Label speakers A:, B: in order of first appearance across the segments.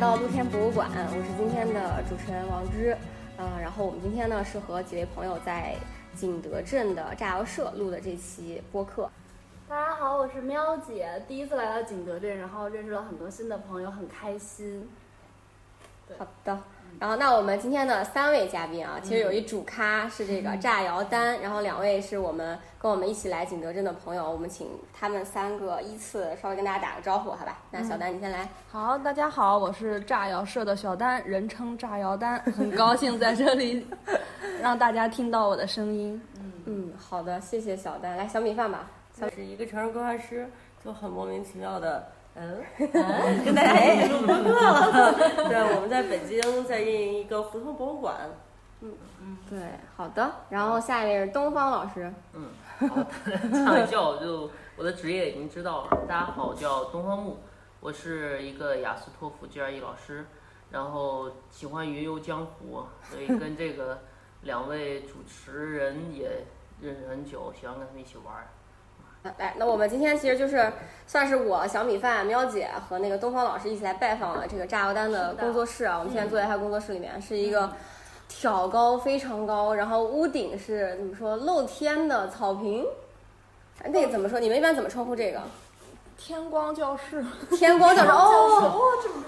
A: 到露天博物馆，我是今天的主持人王芝。呃，然后我们今天呢是和几位朋友在景德镇的炸药社录的这期播客。
B: 大家好，我是喵姐，第一次来到景德镇，然后认识了很多新的朋友，很开心。
A: 好的，然后那我们今天的三位嘉宾啊，其实有一主咖是这
B: 嗯
A: 个炸摇丹，然后两位是我们跟我们一起来景德镇的朋友，我们请他们三个依次稍微跟大家打个招呼，好吧？那
B: 嗯
A: 小丹你先来。
C: 好，大家好，我是炸药社的小丹，人称炸药 丹，很高兴在这里让大家听到我的声音。
A: 嗯，好的，谢谢小丹。来小米饭 吧。
D: 就是一个成人规划师，就很莫名其妙的，嗯，跟大家一
B: 哎
D: 起录播客了。对，我们在北京在运营一个胡同博 物馆。
A: 对，好的。然后下一位是东方老师。
E: 嗯，好，唱一下我就我的职业已经知道了。大家好，我叫东方木，我是一个雅思托福 GRE 老师，然后喜欢云游江湖，所以跟这个两位主持人也认识很久，喜欢跟他们一起玩儿。
A: 来，呃哎那我们今天其实就是算是我小米饭、喵姐和那个东方老师一起来拜访了这个炸药丹的嗯工作室啊。我们现在坐在他工作室里面，是一个挑高非常高，然后屋顶是怎么说露天的草坪。哎那个怎么说？你们一般怎么称呼这个？
C: 天光教室，
A: 天光教室哦，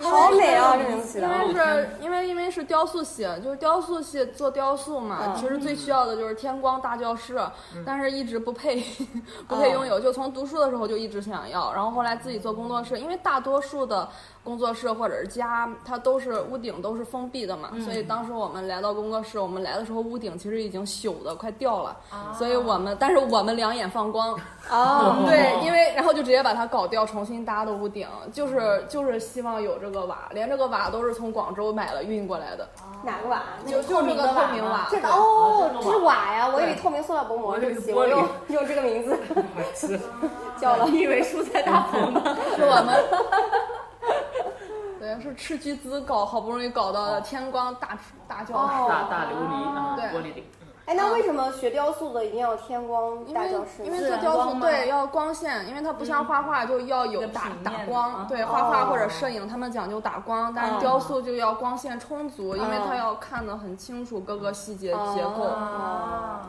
A: 好美啊，这名字起
C: 因
A: 的。
C: 为是因为因为是雕塑系，就是雕塑系做雕塑嘛，
A: 嗯
C: 其实最需要的就是天光大教室，但是一直不配
A: 哦
C: 不配拥有，就从读书的时候就一直想要，然后后来自己做工作室，因为大多数的工作室或者是家，它都是屋顶都是封闭的嘛，所以
A: 嗯
C: 当时我们来到工作室，我们来的时候屋顶其实已经朽的快掉了，所以我们但是我们两眼放光，
A: 哦，
C: 对，因为然后就直接把它搞掉，重新搭的屋顶，就是就是希望有这个瓦，连这个瓦都是从广州买了运过来的，
A: 哪个碗？
C: 就就这个透明瓦，
A: 这个哦，
E: 这
A: 这
E: 个
A: 是瓦呀，我以为透明塑料薄膜，
E: 我
A: 对
E: 以为
A: 不起，
E: 是
A: 我
E: 玻璃
A: 用用这个名字叫了，以为蔬菜大棚呢。
C: 是我们。对，是斥巨资搞，好不容易搞到了天光大大教
D: 哦
C: 室，
E: 大大琉璃啊，
C: 对
E: 玻璃顶。
A: 哎，那为什么学雕塑的一定要天光
C: 因
A: 大
C: 为
A: 教室呢？
C: 因为
B: 自
C: 做
B: 然
C: 雕塑
B: 光吗
C: 对要光线，因为它不像画画就要有
D: 一个
C: 打
D: 平
C: 打
D: 面
C: 光，
D: 啊
C: 对画画或者
A: 哦
C: 摄影他们讲究打光，但
A: 哦
C: 是雕塑就要光线充足，因为
A: 哦
C: 它要看得很清楚各个细节结构。
A: 哦，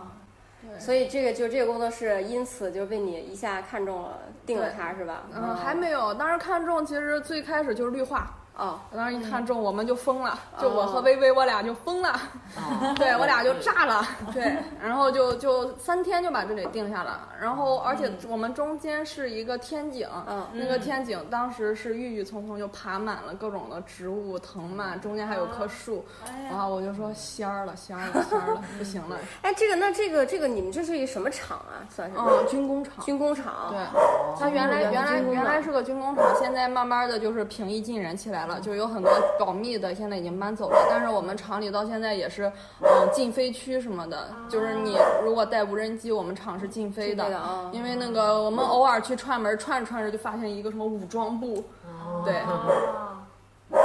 A: 所以这个就这个工作室，因此就被你一下看中了，定了它是吧？
C: 嗯，还没有。当时看中，其实最开始就是绿化。
A: 哦，
C: 当时一看中，我们就疯了，就我和
A: 哦
C: 薇薇，我俩就疯了，
E: 啊
C: 对我俩就炸了，对，然后就就三天就把这里定下了。然后，而且我们中间是一个天井，
A: 嗯
C: 那个天井当时是郁郁葱葱，就爬满了各种的植物藤蔓，中间还有棵树，然后我就说仙儿了，仙儿了，仙儿了，不行 了，
A: 哎，这个那这个这个你们这是一什么厂啊？算是、
C: 嗯，军工厂，
A: 军工厂。
C: 对，
E: 哦
C: 它原来
A: 哦原来
C: 原来
A: 军工
C: 原
A: 厂
C: 来是个军工厂，现在慢慢的就是平易近人起来了，就是有很多保密的现在已经搬走了，但是我们厂里到现在也是，嗯，禁飞区什么的，就是你如果带无人机，我们厂是禁飞
A: 禁飞
C: 的
A: 的啊，
C: 因为那个我们偶尔去串门串着串着就发现一个什么武装部，
E: 哦
C: 对，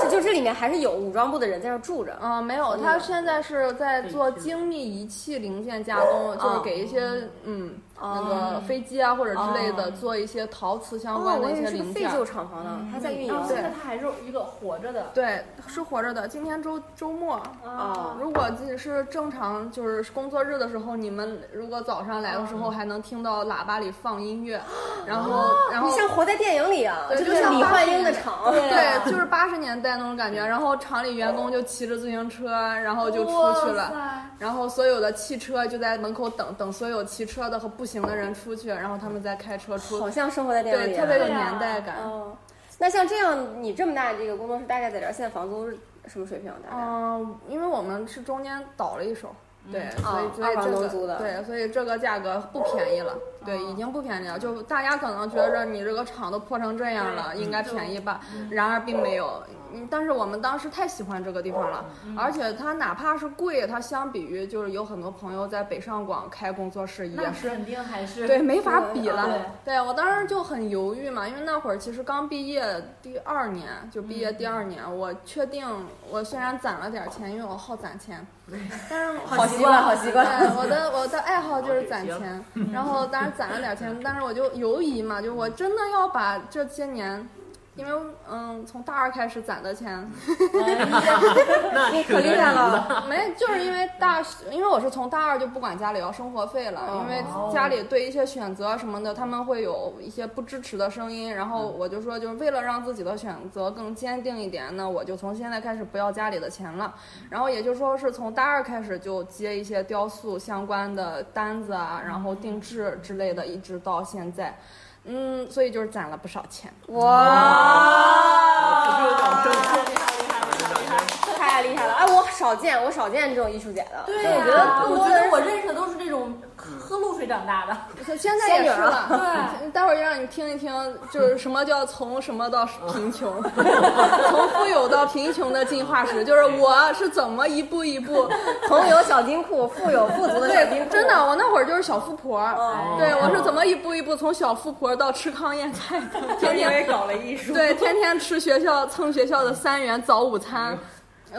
A: 这就这里面还是有武装部的人在这儿住着。
C: 嗯，没有，他现在是在做精密仪器零件加工，就是给一些嗯那个飞机啊或者之类的做一些陶瓷
A: 嗯
C: 相
A: 哦，
C: 关
A: 我
C: 的一
A: 以为
C: 些
A: 是个
C: 零
A: 废
C: 件。嗯
A: 旧厂房呢，还在运营
B: 然后。现
C: 对
B: 在它还是一个活着的，
C: 对，是活着的。今天周周末，
A: 哦，
C: 如果仅是正常就是工作日的时候，你们如果早上来的时候还能听到喇叭里放音乐，然后然
A: 哦你
C: 后
A: 像活在电影里啊，
C: 对
A: 这就
C: 就
A: 像
C: 像
A: 李
C: 八
A: 焕
C: 十
A: 英的
C: 年
A: 厂。
C: 对，就是八十年代那种感觉。然后厂里员工就骑着自行车，然后就出去了。
B: 了。
C: 然后所有的汽车就在门口等等所有骑车的和步行的人出去，然后他们再开车出
A: 好，像生活在电影
C: 对，
A: 里、啊。
C: 特别有
B: 对啊
C: 年代感。
A: 哦，那像这样，你这么大的这个工作室，大概在这儿，现在房租是什么水平啊？大概？
C: 嗯，因为我们是中间倒了一手，对，所
A: 哦
C: 以所
A: 二
C: 以
A: 房
C: 这
A: 东
C: 个
A: 租的嗯
C: 对，所以这个价格不便宜了，对，已经不便宜了。就大家可能觉着你这个厂都破成这样了，应该便宜吧？
A: 嗯
C: 然而并没有。嗯，但是我们当时太喜欢这个地方了，
A: 嗯
C: 而且它哪怕是贵，它相比于就是有很多朋友在北上广开工作室也
B: 那
C: 是
B: 肯定还是
C: 对，没法比
B: 对
C: 了。对我当时就很犹豫嘛，因为那会儿其实刚毕业第二年，就毕业第二
A: 嗯
C: 年，我确定我虽然攒了点钱，因为我好攒钱，但是
A: 好习惯好习惯
C: 对，我的我的爱好就是攒
A: 啊
C: 钱，然后当然攒了点钱，但是我就犹疑嘛，就我真的要把这些年。因为嗯，从大二开始攒的钱，
E: 那
A: 你
E: 是
A: 可厉害了，
C: 没，就是因为大，因为我是从大二就不管家里要生活费了，因为家里对一些选择什么的，他们会有一些不支持的声音。然后我就说，就是为了让自己的选择更坚定一点呢，我就从现在开始不要家里的钱了。然后也就说是从大二开始就接一些雕塑相关的单子啊，然后定制之类的，一直到现在。嗯，所以就是攒了不少钱。
B: 啊
A: 哇，
E: 不是有掌声，
A: 太厉害了！哎，我少见，我少见这种艺术姐的。
B: 对
A: 就我觉
B: 呀
A: 得更
B: 我
A: 多
B: 觉
A: 的
B: 得
A: 是
B: 我认识的都是这种喝露水长大的。
C: 可现在
A: 仙
C: 也
A: 女
C: 是
A: 儿
C: 了，对，待会儿就让你听一听，就是什么叫从什么到贫 穷，从富有到贫穷的进化史，就是我是怎么一步一步，
A: 从有小金库，富有富足的小金
C: 对，
A: 库，
C: 真的，我那会儿就是小富婆，
A: 哦
C: 对我是怎么一步一步从小富婆到吃糠咽菜 的，天
D: 因为
C: 天
D: 搞了艺术，
C: 对天天吃学校蹭学校的三元早午餐，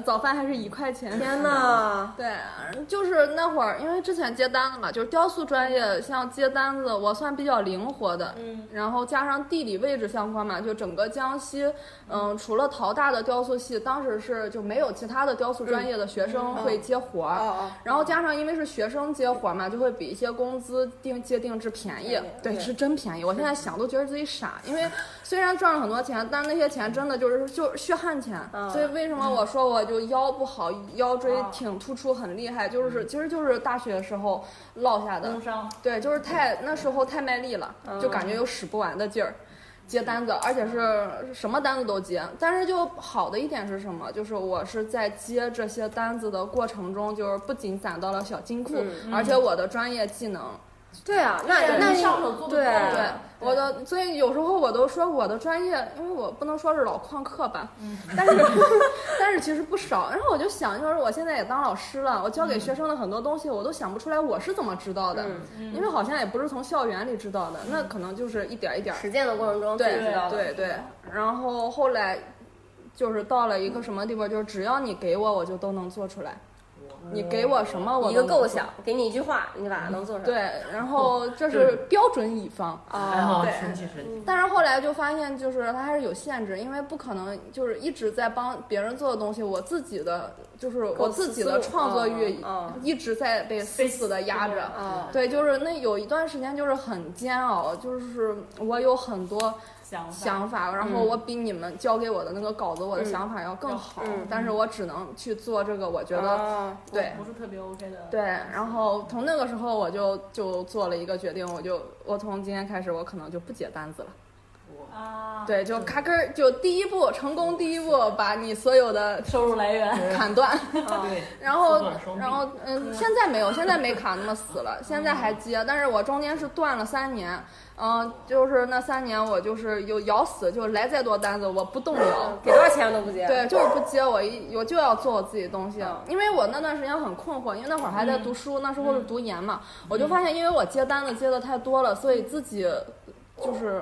C: 早饭还是一块钱，
A: 天呐，
C: 对，就是那会儿，因为之前接单子嘛，就是雕塑专业，像接单子，我算比较灵活的。嗯。然后加上地理位置相关嘛，就整个江西，嗯、除了陶大的雕塑系，当时是就没有其他的雕塑专业的学生会接活儿。
A: 哦哦
C: 然后加上因为是学生接活儿嘛，就会比一些工资定接定制便宜
A: 便宜，
C: 对，
A: 对
C: 是真便宜。我现在想都觉得自己傻，因为虽然赚了很多钱，但那些钱真的就是就是血汗钱。
A: 嗯
C: 所以为什么我说我就腰不好，腰椎挺突出，很厉害，
A: 嗯
C: 就是其实就是大学的时候落下的
B: 工。伤，
C: 对，就是太那时候太卖力了，就感觉有使不完的劲儿。接单子，而且是什么单子都接，但是就好的一点是什么？就是我是在接这些单子的过程中，就是不仅攒到了小金库，而且我的专业技能
A: 对啊，那
B: 对
A: 那
B: 你上手做不
A: 对
B: 到的
C: 对，我的，所以有时候我都说我的专业，因为我不能说是老旷课吧， 但是但是其实不少。然后我就想，就是我现在也当老师了，我教给学生的很多东西，我都想不出来我是怎么知道的，
B: 嗯
C: 因为好像也不是从校园里知道的，那可能嗯就是一点儿一点儿
A: 实践的过程中自己
C: 对
A: 知道的。
C: 对对，然后后来就是到了一个什么地步，就是只要你给我，我就都能做出来。你给我什么我
A: 一
C: 都
A: 个
C: 能
A: 构
C: 做
A: 想，给你一句话，你就把它能做出来。
C: 对，然后这是标准乙方。
E: 哎
A: 啊，
E: 好
C: 对
E: 神奇神奇，
C: 但是后来就发现，就是它还是有限制，因为不可能就是一直在帮别人做的东西，我自己的就是我自己的创作欲
A: 嗯
C: 一直在被死死的压着。
A: 哦，
C: 对，就是那有一段时间就是很煎熬，就是我有很多
B: 想法
C: 想法，然后我比你们交给我的那个稿子，我的想法要更好，
A: 嗯
C: 但是我只能去做这个，我觉得、
A: 哦
C: 对
B: 不是特别 OK 的。
C: 对，然后从那个时候我就就做了一个决定，我就我从今天开始我可能就不接单子了。
B: 啊，
C: 对，就咔根儿，就第一步成功，第一步把你所 有的
B: 收入来源，
C: 砍断，
E: 对，
C: 然
E: 手
C: 后
E: 段双，臂
C: 然后，嗯，现在没有，现在没砍那么死了，现在还接，但是我中间是断了三年，嗯、就是那三年我就是有咬死，就来再多单子我不动摇，
A: 给多少钱都不接。
C: 对，就是不接我一我就要做我自己的东西，因为我那段时间很困惑，因为那会儿还在读书，那时候是读研嘛，我就发现因为我接单子接的太多了，所以自己就是。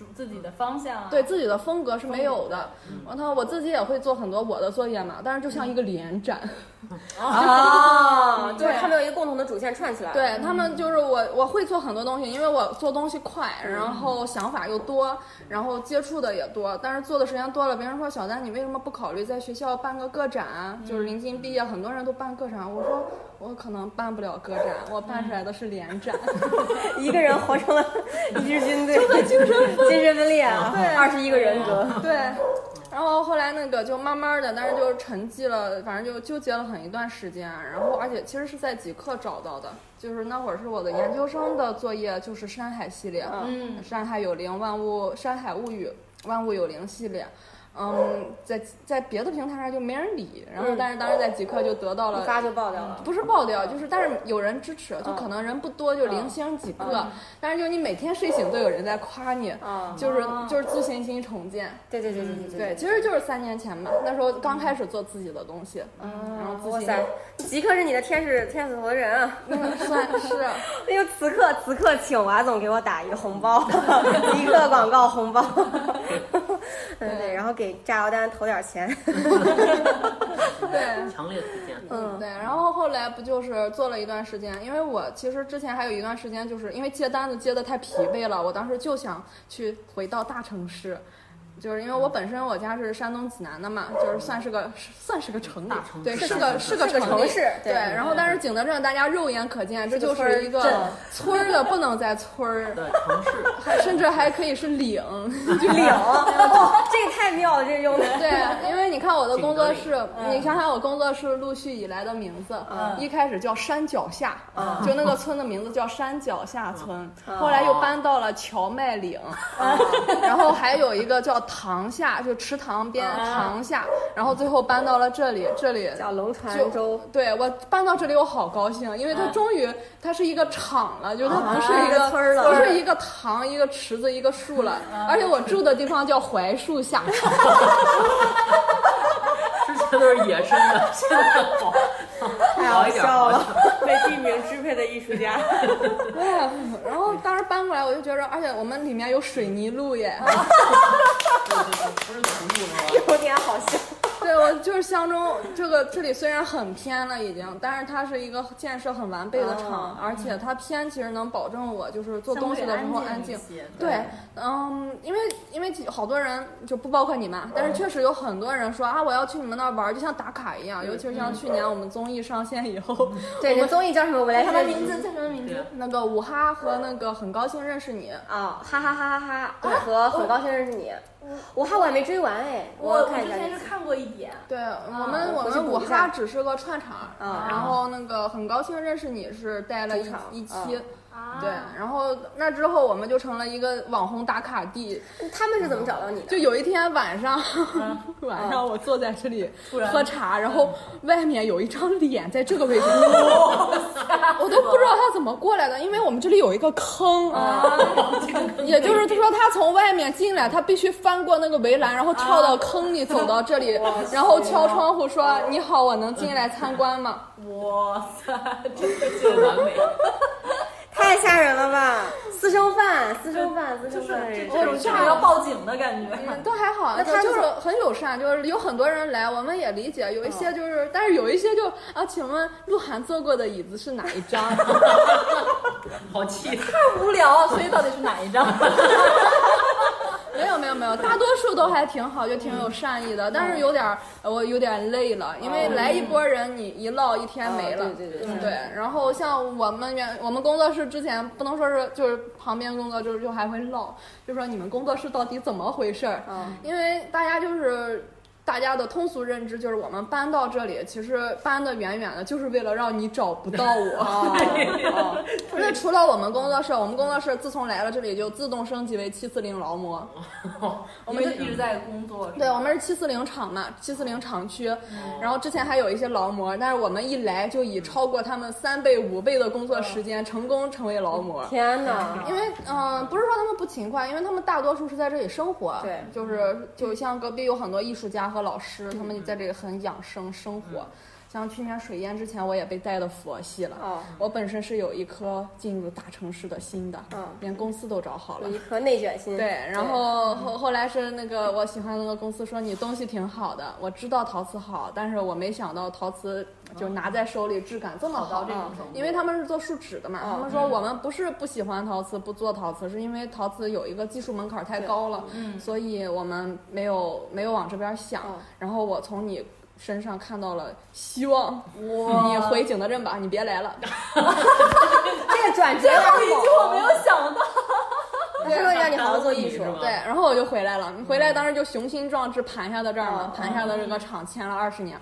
B: 主自己的方向。啊
C: 对，自己的风格是没有的。然后我自己也会做很多我的作业嘛，但是就像一个连展，
A: 哦，就是
C: 对
A: 他们有一个共同的主线串起来。，
C: 对他们就是我我会做很多东西，因为我做东西快，然后想法又多，然后接触的也多，但是做的时间多了，别人说小丹你为什么不考虑在学校办个个展啊？就是临近毕业，很多人都办个展，我说我可能办不了个展，我办出来的是连展。
A: 一个人活成了一支军队，精神精神分裂嗯啊，二十一个人格。
C: 对，然后后来那个就慢慢的，但是就沉寂了，反正就纠结了很一段时间。然后而且其实是在极客找到的，就是那会儿是我的研究生的作业，就是山海系列，
B: 嗯，
C: 山海有灵、万物、山海物语、万物有灵系列。嗯，在在别的平台上就没人理，然后
A: 嗯
C: 但是当时在极客就得到了
A: 一发就爆掉了。
C: 不是爆掉，就是但是有人支持，
A: 嗯
C: 就可能人不多，就零星几个，但是就你每天睡醒都有人在夸你，
A: 啊，
C: 就是
B: 啊
C: 就是自信心重建。
A: 对对对对对
C: 对，。其实就是三年前吧，那时候刚开始做自己的东西，然后
A: 啊，
C: 自
A: 哇
C: 己
A: 塞，极客是你的天使天使投人啊！
C: 嗯 算是
A: 哎呦，此刻此刻，请娃总给我打一个红包， 极客广告红包。 对对对，然后给炸药单投点 钱。
C: 对。
E: 强烈推荐。
A: 嗯
C: 对，然后后来不就是做了一段时间，因为我其实之前还有一段时间，就是因为接单子接的太疲惫了，我当时就想去回到大城市，就是因为我本身我家是山东济南的嘛，就是算是个算是个城里
E: 大城，市
C: 对，
E: 是
C: 是
E: 大
C: 个
E: 城
C: 是
E: 市
C: 个
A: 是个城
C: 里
A: 市对
C: 对。然后但是景德镇大家肉眼可见，这就
A: 村儿
C: 是一个
A: 镇
C: 村儿的不能再村儿，
E: 的城市，
C: 还甚至还可以是岭，
A: 领，哦，这个太妙了，这个用的。
C: 对，啊因为你看我的工作室，
A: 嗯
C: 你想想我工作室陆续以来的名字，
A: 嗯
C: 一开始叫山脚下，就那个村的名字叫山脚下村，
A: 嗯
C: 后来又搬到了荞麦岭，
A: 啊
C: 然后还有一个叫塘下，就池塘边
A: 啊
C: 塘下，然后最后搬到了这里，这里
A: 叫龙船
C: 就
A: 粥，
C: 对我搬到这里，我好高兴，因为它
A: 嗯
C: 终于它是一个场了，就它
A: 啊
C: 不是一个
A: 村儿了嗯
C: 不是一个塘、一个池子、一个树了，而且我住的地方叫槐树 下，
E: 之前都是野生的，现在好
A: 太
E: 好
A: 好
E: 一点，
A: 笑
E: 好一
A: 了。
E: 点。
D: 被地名支配的艺术家，
C: 对，然后当时搬过来我就觉着，而且我们里面有水泥路耶，
E: 不是土著是 吧？
A: 有点好笑，
C: 对我就是相中这个这里虽然很偏了已经，但是它是一个建设很完备的厂，而且它偏其实能保证我就是做东西的时候嗯安静。对，嗯，因为因为好多人就不包括你们，但是确实有很多人说啊，我要去你们那儿玩儿，就像打卡一样，尤其是像去年我们综艺上线以后，
A: 对，这综艺叫什么？我们来
B: 叫什
A: 看
B: 么
A: 看
B: 名字？叫什么名字？
E: 对
C: 那个五哈和那个很高兴认识你，
A: 啊，哈哈哈哈哈！对，和很高兴认识你。我哈我还没追完哎，
B: 我
A: 看
B: 之
A: 一下。
B: 前是看过一点，
C: 对我们，我
A: 啊回去
C: 们
A: 补
C: 五
A: 一下
C: 哈只是个串场儿，
A: 啊
C: 然后那个很高兴认识你是带了
A: 主
C: 一
A: 场
C: 一期，
A: 啊
B: 啊
C: 对，然后那之后我们就成了一个网红打卡地，
A: 嗯他们是怎么找到你的？
C: 就有一天晚上， 晚上我坐在这里喝茶，然后外面有一张脸在这个位置， 我都不知道他怎么过来的，因为我们这里有一个坑， 也就是他说他从外面进来，他必须翻过那个围栏，然后跳到坑里走到这里，然后敲窗户说：“你好，我能进来参观吗
B: 哇塞，
E: 这个完美，
A: 太吓人了吧！私生饭，私生饭，私生饭。
B: 这种差点要报警的感觉。？”
C: 嗯，都还好，
A: 那他们
C: 就是很友善，就是有很多人来，我们也理解，有一些就是，但是有一些就啊，请问鹿晗坐过的椅子是哪一张？
E: 好气。
B: 无聊啊，所以到底是哪一张？
C: 没有没有没有，大多数都还挺好，就挺有善意的，但是有点儿呃我有点累了，因为来一波人你一唠一天没了。
A: 哦对对
C: 对然后像我们原我们工作室之前不能说是就是旁边工作就是就还会唠，就说你们工作室到底怎么回事儿？
A: 嗯
C: 因为大家就是。大家的通俗认知就是，我们搬到这里，其实搬得远远的，就是为了让你找不到我。
A: 哦，
C: 那除了我们工作室，我们工作室自从来了这里，就自动升级为七四零劳模。
B: 我们就一直在工作。
C: 对，我们是七四零厂嘛，七四零厂
A: 哦
C: 区，然后之前还有一些劳模，但是我们一来就
A: 嗯
C: 以超过他们三倍、五倍的工作时间，成功成为劳模。
A: 天哪！
C: 因为嗯、呃不是说他们不勤快，因为他们大多数是在这里生活，
A: 对嗯
C: 就是就像隔壁有很多艺术家和老师，他们
A: 嗯
C: 也在这里很养生生活。像去年水淹之前，我也被带的佛系了。
A: 哦，
C: 我本身是有一颗进入大城市的心的，
A: 嗯
C: 连公司都找好了
A: 有。一颗内卷心。
C: 对，然后后后来是那个我喜欢的那个公司说你东西挺好的，我知道陶瓷好，但是我没想到陶瓷就拿在手里质感这么好，嗯
B: 好到这种程度
C: 因为他们是做树脂的嘛，
A: 嗯
C: 他们说我们不是不喜欢陶瓷，不做陶瓷，是因为陶瓷有一个技术门槛太高了，所以我们没有没有往这边想。
A: 嗯
C: 然后我从你身上看到了希望，你回景德镇吧，你别来了。
A: 这个转折有点
B: 这
A: 猛，
B: 我没有想到，
A: 他说让你好好做艺术
E: 是。吧
C: 对，然后我就回来了。回来当时就雄心壮志盘下的这儿
A: 嗯，
C: 嘛盘下的这个厂签了二十年。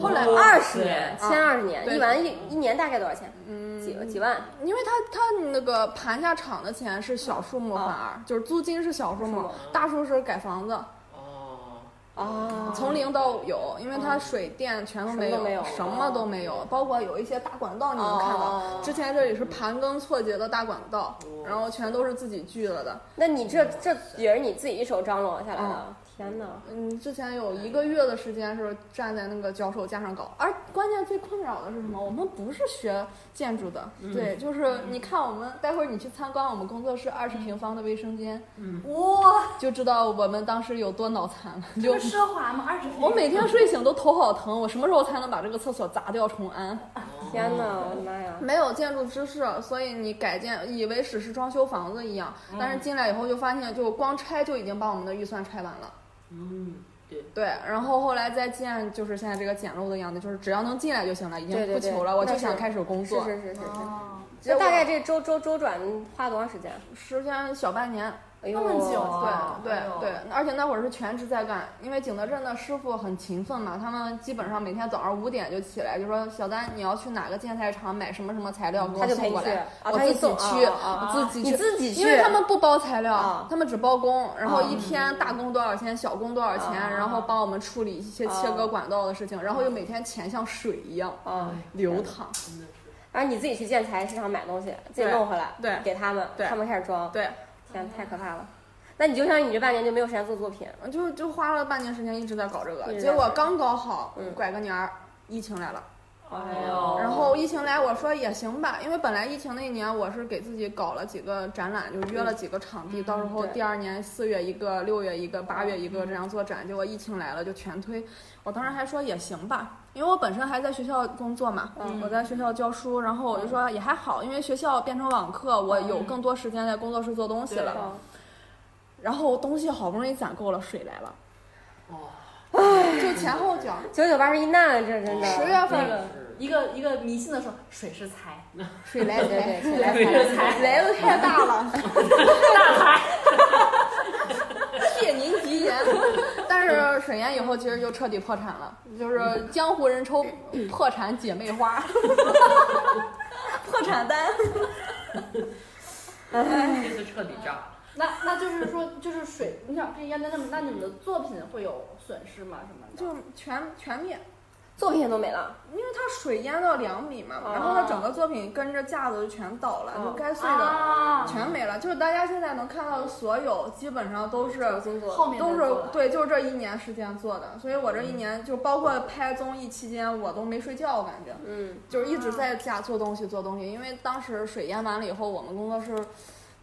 C: 后来
A: 二十
E: 对
A: 年，签二十年，
C: 对
A: 一完一一年大概多少钱？嗯，几几万？
C: 因为他他那个盘下厂的钱是小数目，反而就是租金是小数
A: 啊是
C: 目
A: 吗，啊
C: 大数是改房子，
E: 哦，
A: 哦，
C: 从零到有，因为它水电全都
A: 什么
C: 没
A: 都没有啊
C: 有，什么都没有，包括有一些大管道你能看
A: 哦
C: 到，之前这里是盘根错节的大管道，然后全都是自己锯了的。
A: 那你这这也是你自己一手张罗下来的
C: 嗯？
A: 天哪！
C: 嗯，之前有一个月的时间是站在那个脚手架上搞，而关键最困扰的是什么？我们不是学建筑的，对，就是你看我们待会儿你去参观我们工作室二十平方的卫生间，
B: 哇，
C: 就知道我们当时有多脑残了。就
B: 这奢华吗？二十平
C: 我每天睡醒都头好疼，我什么时候才能把这个厕所砸掉重安？
A: 天哪，我的妈呀！
C: 没有建筑知识，所以你改建以为只是装修房子一样，但是进来以后就发现，就光拆就已经把我们的预算拆完了。
E: 嗯，对，
C: 对，然后后来再建，就是现在这个简陋的样子，就是只要能进来就行了，已
A: 对
C: 经
A: 对
C: 不
A: 对
C: 求了，我
A: 那
C: 就是想开始工
A: 是
C: 作。嗯
A: 是是是是。
B: 哦，
A: 那大概这周周周转花多长时间？
C: 时间小半年，
A: 哎呦，
B: 那么久啊
C: 对
B: 哦
C: 对
B: 哎呦
C: 对，而且那会儿是全职在干，因为景德镇的师傅很勤奋嘛，他们基本上每天早上五点就起来，就说小丹你要去哪个建材厂买什么什么材料，给
A: 他
C: 我
A: 就陪
C: 送
A: 你
C: 过
A: 去
C: 来，
A: 啊
C: 我
A: 他一
C: 自己
A: 送啊
C: 去，
A: 啊啊
C: 我自己
A: 你
C: 去。
A: 自己去，
C: 因为他们不包材料，
A: 啊
C: 他们只包工，然后
A: 啊
C: 一天大工多少钱，小工多少钱，
A: 啊
C: 然后帮我们处理一些切
A: 啊
C: 割管道的事情，然后又每天钱像水一样
A: 啊，
C: 流淌。
E: 真的是。
A: 然后你自己去建材市场买东西，自己
C: 对
A: 弄回来，
C: 对
A: 给他们，
C: 对
A: 他们开始装，
C: 对，
A: 天，太可怕了。那你就相当于你这半年就没有时间做作品，
C: 就就花了半年时间一直在搞这
A: 一
C: 个，
A: 直在
C: 结
A: 搞
C: 果
A: 这个
C: 刚搞好，
A: 嗯哦
C: 拐个年儿，疫情来了。
E: 哎呦，
C: 然后疫情来，我说也行吧，因为本来疫情那一年我是给自己搞了几个展览，就是约了几个场地，到时候
A: 嗯对嗯
C: 第二年四月一个、六月一个、八月一个这样做展。结果疫情来了就全推，我当时还说也行吧，因为我本身还在学校工作嘛，
A: 嗯
C: 我在学校教书，然后我就说也还好，因为学校变成网课，我
A: 嗯
C: 有更多时间在工作室做东西了。
A: 哦
C: 然后东西好不容易攒够了，水来了，
E: 哇，
C: 就前后脚。
A: 九九八十一难，这真的
C: 十
B: 啊
C: 月份
E: 了，
B: 一个一个迷信的说，水是财，
C: 水来
A: 哎对
C: 财
A: 对对，来
E: 对
C: 来的太大了，大牌，谢您吉言。但是沈岩以后其实就彻底破产了，就是江湖人称破产姐妹花， 破产单。
E: 这次彻底炸。
B: 那那就是说就是水，你想这烟那那么，那你们的作品会有损失吗？什么的？
C: 就全全灭，
A: 作品都没了，
C: 因为它水淹到两米嘛，然
A: 哦
C: 后它整个作品跟着架子就全倒了，就该碎的
B: 啊，
C: 全没了。就是大家现在能看到的所有，基本上都是
A: 重新做
B: 后面
C: 都
B: 再
C: 是
B: 做了
C: 对，就是这一年时间做的，所以我这一年就包括拍综艺期间，我都没睡觉，我感觉
A: 嗯，
C: 就是一直在家做东西做东西，因为当时水淹完了以后，我们工作室。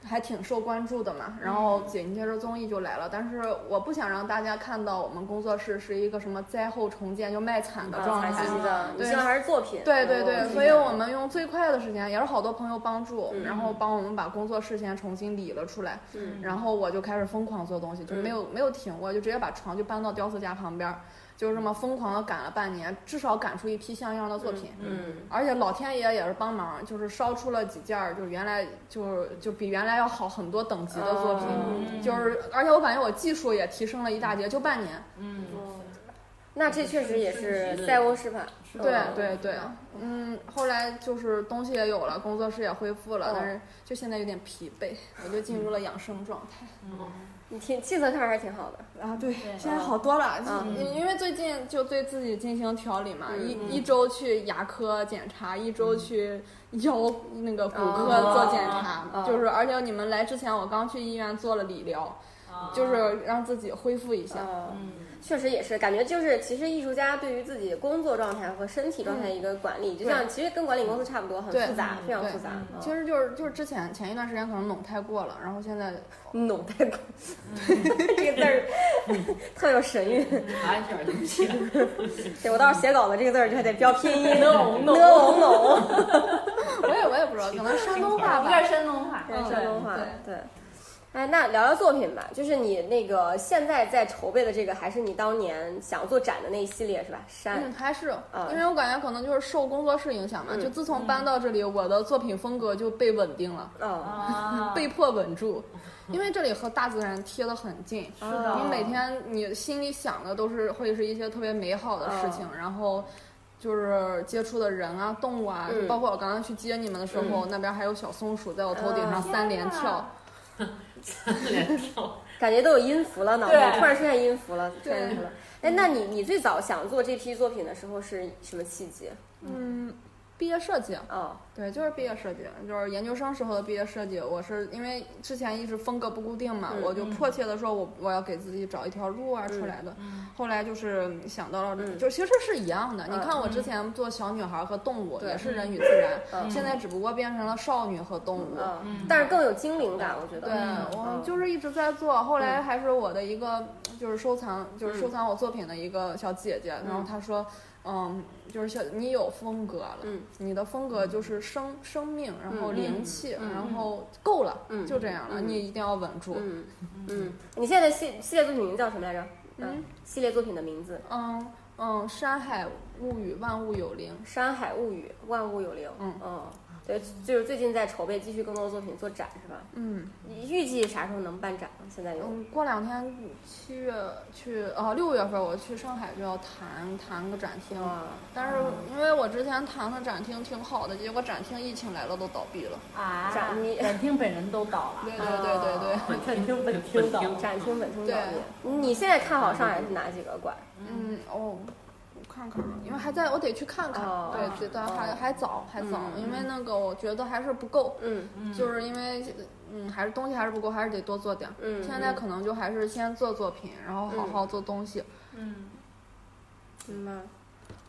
C: 还挺受关注的嘛，然后
B: 嗯
C: 紧接着综艺就来了，但是我不想让大家看到我们工作室是一个什么灾后重建就卖惨
B: 嗯
C: 的状
A: 啊
C: 态
A: 惨兮，兮的，你
C: 对
A: 希望还是作品，
C: 对对
B: 哦
C: 对，
A: 嗯
C: 所以我们用最快的时间，也是好多朋友帮助，
A: 嗯
C: 然后帮我们把工作室先重新理了出来，
A: 嗯
C: 然后我就开始疯狂做东西，就
A: 嗯
C: 没有、没有停过，就直接把床就搬到雕塑家旁边儿，就是这么疯狂的赶了半年，至少赶出一批像样的作品。
A: 嗯，
C: 而且老天爷也是帮忙，就是烧出了几件儿，就是原来就是就比原来要好很多等级的作品，
E: 嗯
C: 就是而且我感觉我技术也提升了一大截，就半年。
E: 嗯，
A: 哦那这确实也
E: 升级
A: 是
E: 了
A: 塞翁失马，
E: 是
C: 对
A: 嗯
E: 吧
C: 对对，嗯，后来就是东西也有了，工作室也恢复了，
A: 嗯
C: 但是就现在有点疲惫，我就进入了养生状态。
E: 嗯
A: 你挺气色看着还是挺好的，
C: 啊，对，
B: 对
C: 现在好多了，
A: 嗯
C: 因因为最近就对自己进行调理嘛，
A: 嗯
C: 一一周去牙科检查，一周去腰那个骨科
A: 哦
C: 做检查，
A: 哦
C: 就是而且你们来之前，我刚去医院做了理疗，
D: 哦
C: 就是让自己恢复一下。
A: 嗯。
E: 嗯，
A: 确实也是，感觉就是，其实艺术家对于自己工作状态和身体状态一个管理，就像其实跟管理公司差不多，很
C: 对
A: 复杂，非常
C: 对
A: 复杂。
D: 哦
A: 嗯
C: 其实就是就是之前前一段时间可能拢太过了，然后现在
A: 脑袋瓜，嗯 这个字儿特有神韵。
C: 嗯
E: 安点儿东西。
A: 对我到时候写稿子，这个字儿就还得标拼音
B: No, no
A: 呢嗡侬，
C: 我也我也不知道，可能山东话
B: 有
C: 吧
B: 点。山东话，
A: 对山东话
C: 对
A: 哦对。哎，那聊聊作品吧，就是你那个现在在筹备的这个，还是你当年想做展的那一系列是吧？山，
C: 嗯，还是
A: 啊，
C: 因为我感觉可能就是受工作室影响嘛，
A: 嗯
C: 就自从搬到这里，我的作品风格就被稳定了。
A: 哦，
B: 啊，
C: 被迫稳住，因为这里和大自然贴得很近。
A: 是
B: 的
C: 你每天你心里想的都是会是一些特别美好的事情，
A: 哦
C: 然后就是接触的人啊、动物啊，
A: 嗯
C: 就包括我刚刚去接你们的时候，那边还有小松鼠在我头顶上
A: 啊
C: 三连跳。嗯
E: 连跳，
A: 感觉都有音符了，脑子里
B: 对
A: 突然出现音符了，突然
C: 对
A: 音符了。哎，那你你最早想做这批作品的时候是什么契机？
C: 嗯，毕业设计，啊
A: 哦，
C: 对，就是毕业设计，就是研究生时候的毕业设计。我是因为之前一直风格不固定嘛，
A: 嗯
C: 我就迫切的说我我要给自己找一条路啊出来的。后来就是想到了，
A: 嗯
C: 就其实是一样的。你看我之前做小女孩和动物，
A: 对
C: 也是人与自然，
A: 嗯
C: 现在只不过变成了少女和动物。
A: 嗯，但是更有精灵感，我觉得。
C: 对，我
A: 嗯
C: 就是一直在做。后来
A: 嗯
C: 还是我的一个，就是收藏，就是收藏我作品的一个小姐姐，然后她说，嗯，就是小你有风格了，
A: 嗯
C: 你的风格就是生生命，然后
A: 嗯
C: 灵气，
A: 嗯
C: 然后够了，
A: 嗯
C: 就这样了，
A: 嗯
C: 你一定要稳住。
A: 嗯嗯，你现在的系系列作品名叫什么来着？
C: 嗯，
A: 系列作品的名字
C: 嗯嗯，山海物语，万物有灵。
A: 《山海物语》，万物有灵。
C: 嗯
A: 对，就是最近在筹备继续更多的作品做展是吧？
C: 嗯
A: 你预计啥时候能办展呢？现在有
C: 嗯，过两天七月去哦，六月份我去上海就要谈谈个展厅，
A: 哇，
C: 但是因为我之前谈的展厅挺好的，结果展厅疫情来了都倒闭了。
B: 啊
A: 展你
B: 展厅本人都倒了，
C: 对对对对
A: 啊
C: 对，
E: 本
D: 本厅本
E: 本
D: 厅的，
E: 厅
A: 展厅本厅
C: 嗯对
A: 导演，你现在看好上海是哪几个馆？
C: 嗯哦。我看看，因为还在我得去看看，
A: 哦
C: 对，觉得还、还早，还早，因为那个我觉得还是不够，
A: 嗯
C: 就是因为嗯，还是东西还是不够，还是得多做点儿。
A: 嗯，
C: 现在可能就还是先做作品，然后好好做东西。
B: 嗯，
A: 明白。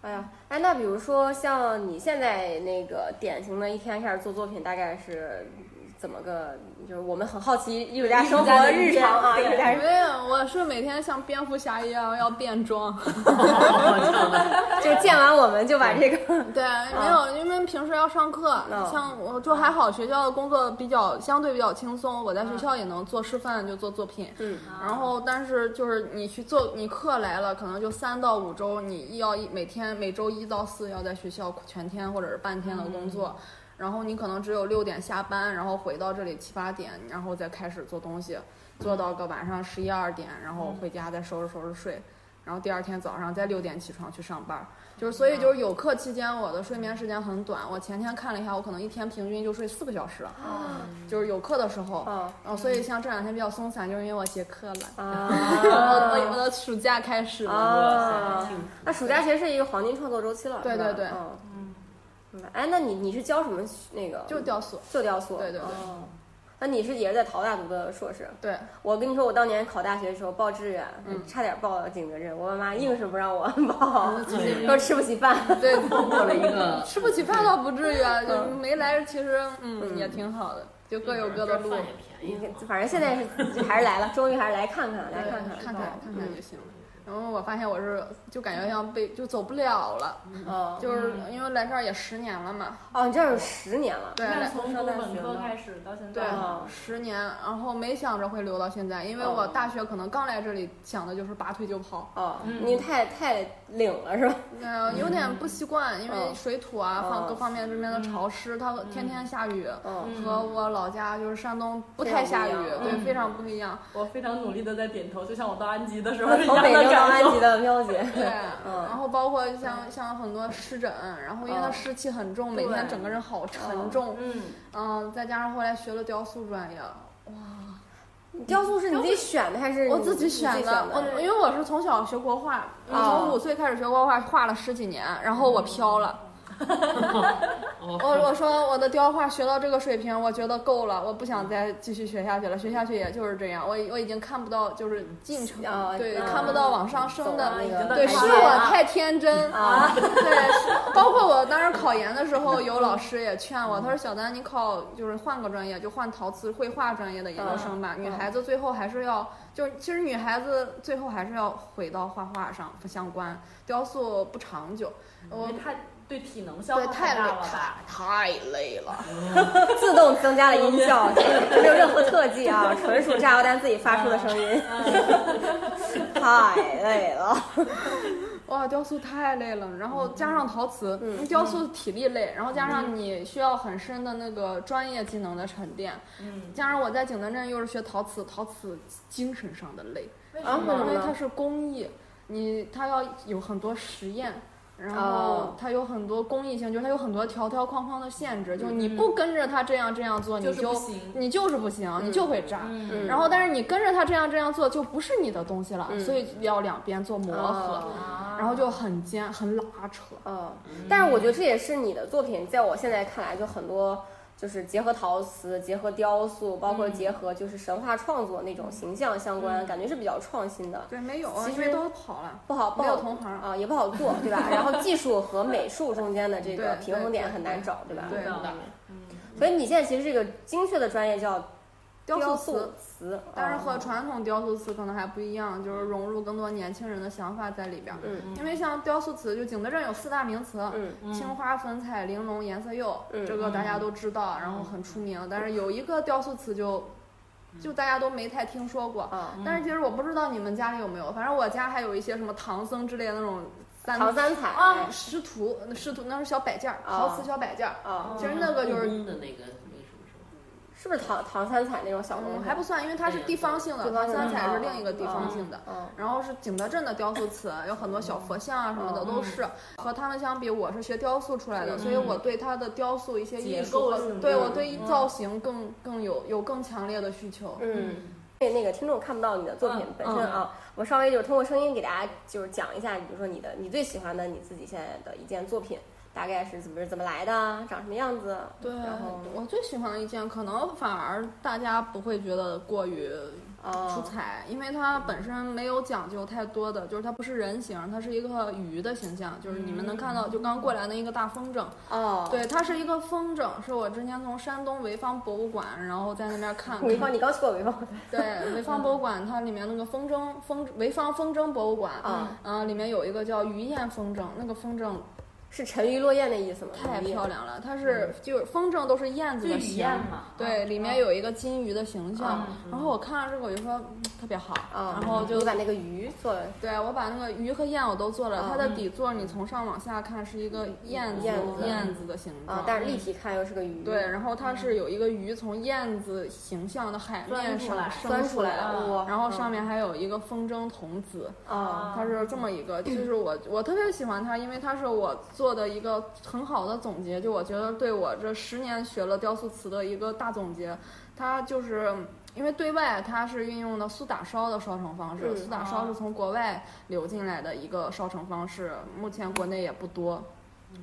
A: 哎呀，哎，那比如说像你现在那个典型的一天开始做作品，大概是怎么个？就是我们很好奇艺术家生
B: 艺术家
A: 活
B: 的一
A: 日
B: 天
A: 常 啊，艺
B: 对
A: 术家
C: 因为我是每天像蝙蝠侠一样要变装，嗯
A: 就见完我们就把这个
C: 对，没有，因为平时要上课
A: 嗯，
C: 像我就还好，学校的工作比较相对比较轻松，我在学校也能做示范，就做作品。
A: 嗯
C: 然后，但是就是你去做，你课来了，可能就三到五周，你要一每天每周一到四要在学校全天或者是半天的工作，然后你可能只有六点下班，然后回到这里七八点，然后再开始做东西，做到个晚上十一二点，然后回家再收拾收拾睡，然后第二天早上再六点起床去上班，就是所以就是有课期间我的睡眠时间很短，我前天看了一下，我可能一天平均就睡四个小时，
B: 啊
C: 就是有课的时候。
A: 啊
C: 哦，所以像这两天比较松散，就是因为我结课了。我我我
A: 啊
C: 的呃暑假开始了，
A: 啊！那暑假其实是一个黄金创作周期了，
C: 对
A: 是吧
C: 对对
A: 嗯明白哎，那你你是教什么那个？
C: 就雕塑。
A: 就雕塑，
C: 对对对
A: 哦
B: 嗯
A: 那你是也是在陶大读的硕士？
C: 对，
A: 我跟你说，我当年考大学的时候报志愿，
C: 嗯
A: 差点报了景德镇，我爸妈硬是不让我报， 说吃不起饭。
C: 对，
E: 错过了一个
C: 吃不起饭倒不至于啊，就没来，其实嗯也挺好的，就 各有各的路
E: 嗯饭，也便宜。
A: 反正现在是还是来了，终于还是来看看，来看看，
C: 看看看
A: 嗯
C: 看就行了。然后我发现我是就感觉像被就走不了了，
A: 哦
C: 就是因为来这儿也十年了嘛，
A: 哦，你这儿有十年了，
C: 对，
B: 那
C: 来
B: 从
D: 上
B: 读
D: 大
B: 本
D: 学
B: 科
D: 吗
B: 开始到现
C: 对
B: 在，啊
A: 哦，
C: 十年，然后没想着会留到现在，因为我大学可能刚来这里，想的就是拔腿就跑，
A: 哦，你
C: 嗯
A: 太太领了是吧？
C: 呃，有点不习惯，因为
A: 嗯
C: 水土啊，放
A: 嗯
C: 各方面这边的潮湿，它天天下雨，
A: 嗯，
C: 和
E: 哦
C: 我老家就是山东不太下雨
A: 非常不一样，嗯
C: 对，非
B: 我
C: 常不一样。
B: 非常努力的在点头，就像我到安吉的时候
C: 嗯
B: 一
A: 从
B: 样
A: 北
B: 的
A: 京到
B: 感
A: 安吉
B: 受。
A: 的喵姐，
C: 对，
A: 嗯
C: 然后包括像像很多湿疹，然后因为它
A: 嗯
C: 湿气很重，每天整个人好沉重。
B: 嗯，
C: 嗯，再加上后来学了雕塑专业，
A: 雕塑是你自己选的还是
C: 我
A: 你
C: 自己
A: 你
C: 选
A: 的哦
C: 的，？我因为我是从小学国画，我从五岁开始学国画，画了十几年，然后
A: 嗯
C: 我飘了。我我说我的雕画学到这个水平，我觉得够了，我不想再继续学下去了。学下去也就是这样，我已我已经看不到就是进程，
A: 啊
C: 对，
A: 啊
C: 看不到往上升
A: 走啊了
C: 的
A: 那个
C: 对，
A: 台
C: 是
A: 阶
C: 我
B: 啊
C: 太天真
A: 啊，
C: 对，是包括我当时考研的时候，有老师也劝我，
A: 嗯
C: 他说小丹，你考就是换个专业，就换陶瓷绘画专业的研究生
A: 嗯
C: 吧。女孩子最后还是要，就是其实女孩子最后还是要回到画画上相关，雕塑不长久。
B: 因
C: 我
B: 为他对体能消耗
C: 对太累
B: 大了吧？
C: 太累了。
A: 自动增加了音 效，没有任何特技啊，纯属炸药弹自己发出的声 音，
C: 嗯
A: 太累了。
C: 哇，雕塑太累了，然
A: 嗯
C: 后加上陶瓷，雕塑体力累，然后加上你需要很深的那个专业技能的沉淀，
B: 嗯，
C: 加上我在景德镇又是学陶瓷，陶瓷精神上的累，
B: 为
A: 啊为
B: 什么
A: 什
C: 因
A: 么
C: 为
A: 呢
C: 它是工艺，你它要有很多实验。然
A: 哦
C: 后它有很多公益性，就是它有很多条条框框的限制，就是你不跟着它这样这样做，
B: 嗯就
C: 你
B: 是不
C: 就
B: 行？
C: 你就是不行，你就会炸。
B: 嗯
A: 嗯
C: 然后，但是你跟着他这样这样做，就不是你的东西了，
A: 嗯
C: 所以要两边做磨合，
B: 啊
C: 然后就很尖，很拉扯。
A: 嗯，但是我觉得这也是你的作品，在我现在看来，就很多就是结合陶瓷、结合雕塑，包
C: 嗯
A: 括结合就是神话创作那种形象相关，感觉是比较创新的。
C: 对，没有
A: 其实
C: 因为都跑了。
A: 不
B: 哦
A: 好，不
C: 没有
A: 好
C: 同行
A: 啊、也不好做，对吧？然后技术和美术中间的这个
C: 对
A: 平衡
C: 对
A: 点
C: 对啊
A: 很难找，对吧？
C: 对
E: 的
A: 所以你现在其实这个精确的专业叫
C: 雕塑
A: 塑
C: 词，
A: 词，
C: 但是
A: 啊
C: 和传统雕塑词可能还不一样，就是融入更多年轻人的想法在里边儿。
A: 嗯
C: 因为像雕塑词，就景德镇有四大名词，
A: 嗯
C: 青花、粉彩、玲珑、颜色釉，
A: 嗯
C: 这个大家都知道，然后很出名。但是有一个雕塑词就，就大家都没太听说过。
A: 啊，
C: 但是其实我不知道你们家里有没有，反正我家还有一些什么唐僧之类的那种三
A: 唐三彩哎
C: 啊，师徒师徒那是小摆件儿，
A: 啊
C: 陶瓷小摆件儿，
A: 啊，
C: 其实那个就是
E: 故宫的那个那个什么什么，
A: 是不是唐唐三彩那种小啊
C: 嗯
A: 东西？
C: 还不算，因为它是地方性的，
A: 地方
C: 唐
A: 性的
C: 三彩是另一个地方性的。
A: 嗯
C: 然后是景德镇的雕塑词，有很多小佛像啊什么的
A: 嗯
C: 都是。和他们相比，我是学雕塑出来的，所以我对它的雕塑一些艺
B: 结构
C: 术和
B: 性，的
C: 对我对造型更更有有更强烈的需求。
A: 嗯。对那个听众看不到你的作
C: 嗯
A: 品本身啊，我稍微就是通过声音给大家就是讲一下，比如说你的你最喜欢的你自己现在的一件作品，大概是怎么是怎么来的，长什么样子，
C: 对，
A: 然后
C: 我最喜欢的一件，可能反而大家不会觉得过于出
A: 啊
C: 彩，因为它本身没有讲究太多的，就是它不是人形，它是一个鱼的形象，就是你们能看到，就刚过来那一个大风筝，
A: 哦，
C: 对，它是一个风筝，是我之前从山东潍坊博物馆，然后在那 边看。
A: 潍坊，你刚去过潍坊，
C: 对，潍坊博物馆它里面那个风筝风潍坊风筝博物馆，
A: 啊
C: 嗯、里面有一个叫鱼雁风筝，那个风筝
A: 是沉鱼落雁的意思吗？
C: 太漂亮了，它是就是风筝都是燕子
B: 就
C: 的
B: 一
C: 形，
B: 样嘛。
C: 对，里面有一个金鱼的形象。
A: 啊
C: 然后我看了这个，我就说、嗯特别好，
A: 啊，
C: 然后就
A: 你把那个鱼做了
C: 对我把那个鱼和燕我都做了，
A: 啊
C: 它的底座你从上往下看是一个燕子
A: 燕子
C: 燕子的形状
A: 啊，，但是立体看又是个鱼，
C: 嗯对，，然后它是有一个鱼从燕子形象的海面
B: 钻出来
C: 上
A: 钻
C: 升
A: 出来
C: 来，
A: 了，哇，嗯
C: 然后上面还有一个风筝童子，
A: 啊
C: 它是这么一个，就是我我特别喜欢它，因为它是我做的一个很好的总结，就我觉得对我这十年学了雕塑词的一个大总结，它就是。因为对外它是运用的苏打烧的烧成方式，
A: 嗯
C: 苏打烧是从国外流进来的一个烧成方式，目前国内也不多，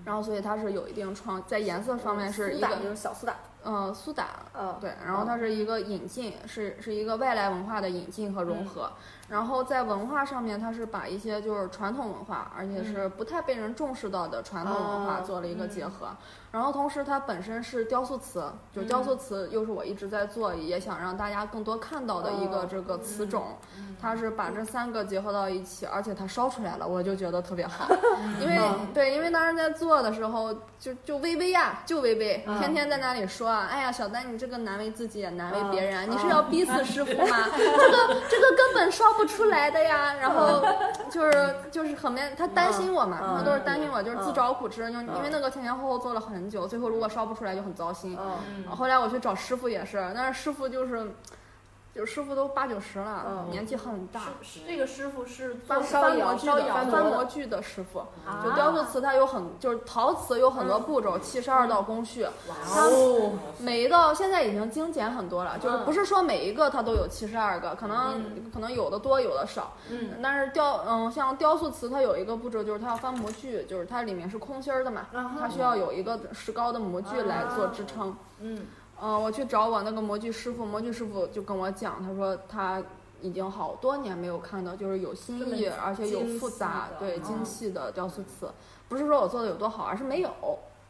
C: 然后所以它是有一定创，在颜色方面是
A: 苏
C: 一
A: 打
C: 个
A: 就是小苏打，
C: 呃苏打，
A: 嗯
C: 对，然后它是一个引进，是是一个外来文化的引进和融合。然后在文化上面，它是把一些就是传统文化，而且是不太被人重视到的传统文化
A: 哦
C: 做了一个结合。然后同时它本身是雕塑词，就雕塑词又是我一直在做，也想让大家更多看到的一个
A: 哦
C: 这个词种。它是把这三个结合到一起，而且它烧出来了，我就觉得特别好。因为对，因为当时在做的时候，就就微微呀，就微微，
A: 嗯
C: 天天在那里说啊，哎呀，小丹你这个难为自己也难
A: 嗯
C: 为别人啊，你是要逼死师傅吗？这个这个根本烧不出来的呀。然后就是就是很没，他担心我嘛，
A: 嗯
C: 他都是担心我，就是
A: 嗯
C: 自找苦吃，因为因为那个前前后后做了很久，最后如果烧不出来就很糟心。
A: 嗯
E: 哦
C: 后来我去找师傅也是，但是师傅就是。就是师傅都八九十了，
A: 嗯
C: 年纪很大，
B: 是这个师傅是
C: 翻
B: 做
C: 翻模
A: 窑
C: 具
A: 烧
C: 的
A: 窑
C: 翻
A: 翻模
C: 模
A: 的
C: 具的师傅，
B: 啊
C: 就雕塑瓷它有很就是陶瓷有很多步骤，七十二道工
D: 嗯
C: 序，
E: 哦，
C: 每一道现在已经精简很多了，就是不是说每一个它都有七十二个，可能可能有的多有的少，
B: 嗯，
C: 但是雕嗯像雕塑瓷它有一个步骤就是它要翻模具，就是它里面是空心儿的嘛，它需要有一个石膏的模具来做支撑，
B: 嗯
C: 嗯，我去找我那个模具师傅，模具师傅就跟我讲，他说他已经好多年没有看到，就是有新
B: 这么
C: 意，而且有
B: 精
C: 复
B: 细
C: 杂，
B: 的
C: 对
B: 嗯
C: 精细的雕塑瓷，不是说我做的有多好，而是没有，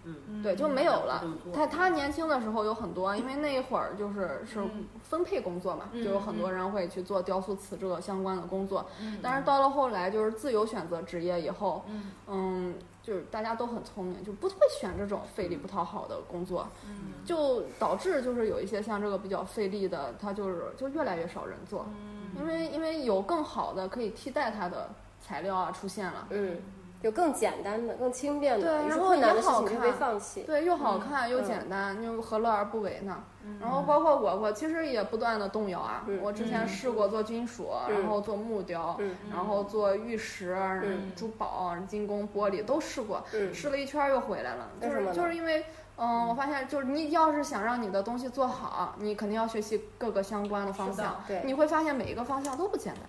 E: 嗯，
C: 对，就没有了
E: 嗯。
C: 他他年轻的时候有很多，因为那一会儿就是是
B: 嗯
C: 分配工作嘛，
B: 嗯
C: 就有很多人会去做雕塑瓷这个相关的工作。但是到了后来，就是自由选择职业以后，
B: 嗯
C: 嗯，就是大家都很聪明，就不会选这种费力不讨好的工作，
B: 嗯
C: 就导致就是有一些像这个比较费力的，它就是就越来越少人做，
B: 嗯
C: 因为因为有更好的可以替代它的材料啊出现了。
A: 嗯，就更简单的、更轻便的，
C: 对
A: 于是
C: 然后
A: 困难
C: 也
A: 的事
C: 好
A: 情就被
C: 看
A: 放弃，
C: 对，又好看又
A: 嗯
C: 简单，又何乐而不为呢？然后包括我，我其实也不断的动摇啊。
A: 嗯
C: 我之前试过做金属，啊
A: 嗯
C: 然后做木雕，
A: 嗯
C: 然后做玉石、啊
A: 嗯
C: 珠宝、啊金工、玻璃都试过，
A: 嗯
C: 试了一圈儿又回来了。就
A: 为什么
C: 是
A: 呢
C: 就是因为，嗯，我发现就是你要是想让你的东西做好，你肯定要学习各个相关的方
B: 是的
C: 向，
A: 对
C: 你会发现每一个方向都不简单。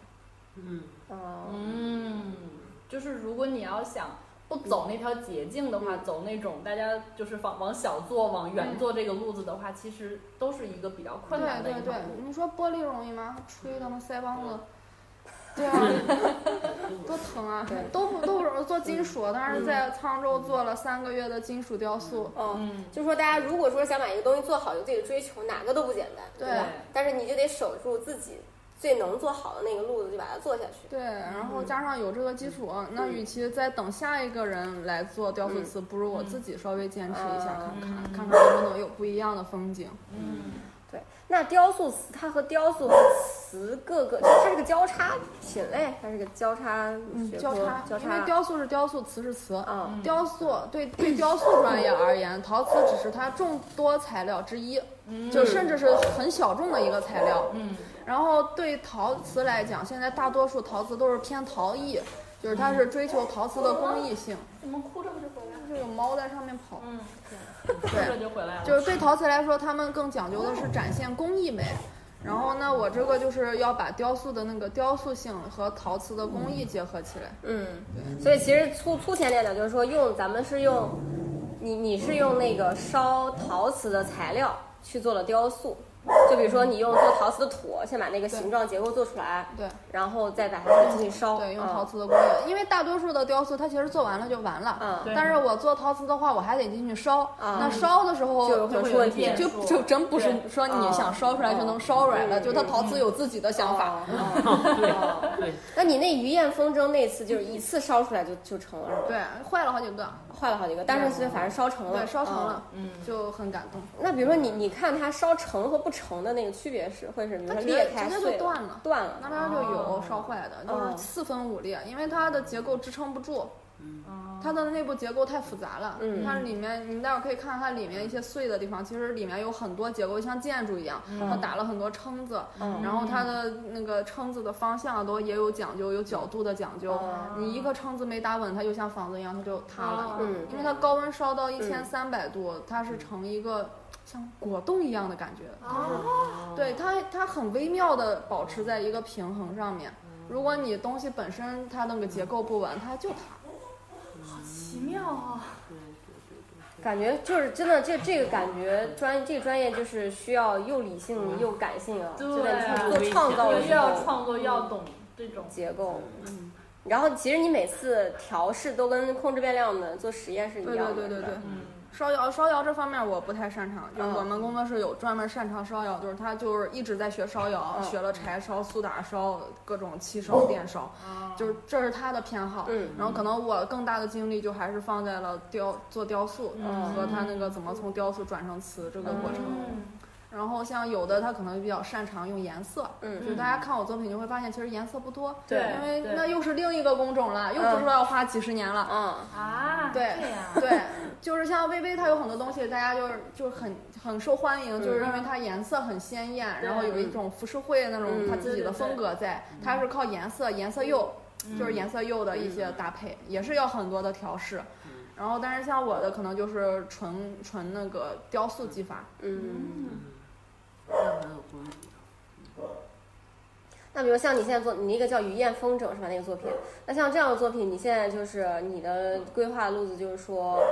E: 嗯，
A: 哦。
B: 嗯，就是如果你要想不走那条捷径的话，走那种大家就是往往小做、往远做这个路子的话，其实都是一个比较困难的
C: 对
B: 一条
C: 对对
B: 路。，
C: 你说玻璃容易吗？吹的吗？腮帮子。对啊，多疼啊
A: 嗯对！嗯
C: 都不都是做金属，当时在沧州做了三个月的金属雕塑。
A: 嗯，
B: 嗯，
A: 就说大家如果说想把一个东西做好，有自己的追求，哪个都不简单，
C: 对
A: 吧？但是你就得守住自己最能做好的那个路子，就把它做下去。
C: 对，然
A: 嗯
C: 后加上有这个基础，那与其再等下一个人来做雕
A: 嗯
C: 塑瓷，不如我自己稍微坚持
A: 啊
C: 一下，看看、看看能不能有不一样的风景。
B: 嗯
E: 嗯
A: 对，那雕塑瓷它和雕塑和瓷各个，它是个交叉品类，它是个交叉嗯学
C: 嗯交
A: 科
C: 叉，
A: 交
C: 因为
A: 叉。
C: 雕塑是雕塑，瓷是瓷。
A: 嗯，
C: 雕塑对对雕塑专业而言，陶瓷只是它众多材料之一，就甚至是很小众的一个材料。
B: 嗯，
C: 然后对陶瓷来讲，现在大多数陶瓷都是偏陶艺，就是它是追求陶瓷的工艺性。
B: 嗯怎么哭着就回来了？
C: 就有猫在上面跑。
B: 嗯，哭着
C: 对，
B: 就回来了。
C: 就是对陶瓷来说，他们更讲究的是展现工艺美。然后呢，我这个就是要把雕塑的那个雕塑性和陶瓷的工艺结合起来。
A: 嗯，所以其实粗粗浅点讲，就是说用咱们是用，你你是用那个烧陶瓷的材料去做了雕塑，就比如说你用做陶瓷的土，先把那个形状结构做出来，
C: 对
A: 然后再把它进行烧，
C: 对，用
A: 嗯
C: 陶瓷的工艺，因为大多数的雕塑它其实做完了就完了。
A: 嗯
B: 对
C: 但是我做陶瓷的话，我还得进去烧。
A: 嗯
C: 那烧的时候
A: 就有可能出问题
B: 就会有变
C: 就
B: 数
C: 就真不是
B: 对
C: 说你
A: 嗯
C: 想烧出来就能烧出来了，就它陶瓷有自己的想法。
A: 哦。
E: 对，
A: 啊那你那鱼宴风筝那次就是一次烧出来就就成了，是吧
C: 对，坏了好几个，
A: 坏了好几个，但是反正烧成了，
C: 对，烧成
A: 嗯
C: 了，就很感动。
A: 那比如说你你看它烧成和不成的那个区别是会是，比如说
C: 它直接
A: 裂开
C: 直接就
A: 碎
C: 断了
A: 断了，
C: 那边儿就有烧坏的，就是
A: 哦
C: 四分五裂，因为它的结构支撑不住，
E: 嗯
B: 哦
C: 它的内部结构太复杂了。
A: 嗯
C: 它里面你待会儿可以看看它里面一些碎的地方，其实里面有很多结构，像建筑一样，它打了很多撑子，
A: 嗯
C: 然后它的那个撑子的方向都也有讲究，有角度的讲究。
A: 哦
C: 你一个撑子没打稳，它就像房子一样，它就塌
B: 哦
C: 了。
A: 嗯
C: 因为它高温烧到一千三百度，它是呈一个像果冻一样的感觉，
B: 哦
A: 嗯
E: 嗯
C: 对它，它很微妙的保持在一个平衡上面。如果你东西本身它那个结构不稳，它就塌。
B: 奇妙啊！
A: 感觉就是真的，这这个感觉专这个专业就是需要又理性又感性啊，
B: 对
A: 就在你
B: 啊
A: 做创造的
B: 又
A: 时
B: 要
A: 候
B: 创作，要懂这种
A: 结构，嗯，然后其实你每次调试都跟控制变量的做实验是一
C: 对
A: 样
C: 对
A: 的，
C: 对对
A: 是吧
C: 对，烧窑烧窑这方面我不太擅长，就是
A: 嗯
C: 我们工作室有专门擅长烧窑，就是他就是一直在学烧窑，
A: 嗯
C: 学了柴烧、苏打烧、各种气烧、电烧，
B: 嗯
C: 就是这是他的偏好。
A: 嗯
C: 然后可能我更大的精力就还是放在了雕做雕塑
A: 嗯
C: 和他那个怎么从雕塑转成瓷这个过程。
B: 嗯
C: 然后像有的他可能比较擅长用颜色，
A: 嗯
C: 就是大家看我作品就会发现其实颜色不多，
B: 对
C: 因为
B: 对
C: 那又是另一个工种了，又不知道要花几十年了。
A: 嗯
B: 啊，
C: 对
B: 这样
C: 对，就是像薇薇，她有很多东西，大家就是就是很很受欢迎，就是因为它颜色很鲜艳，然后有一种浮世绘那种
A: 嗯
C: 她自己的风格在，它是靠颜色颜色釉，
A: 嗯
C: 就是颜色釉的一些搭配，也是要很多的调试。然后，但是像我的可能就是纯纯那个雕塑技法，
A: 嗯。
E: 那很有功底。
A: 那比如像你现在做，你那个叫《鱼雁风筝》是吧？那个作品，那像这样的作品，你现在就是你的规划路子就是说，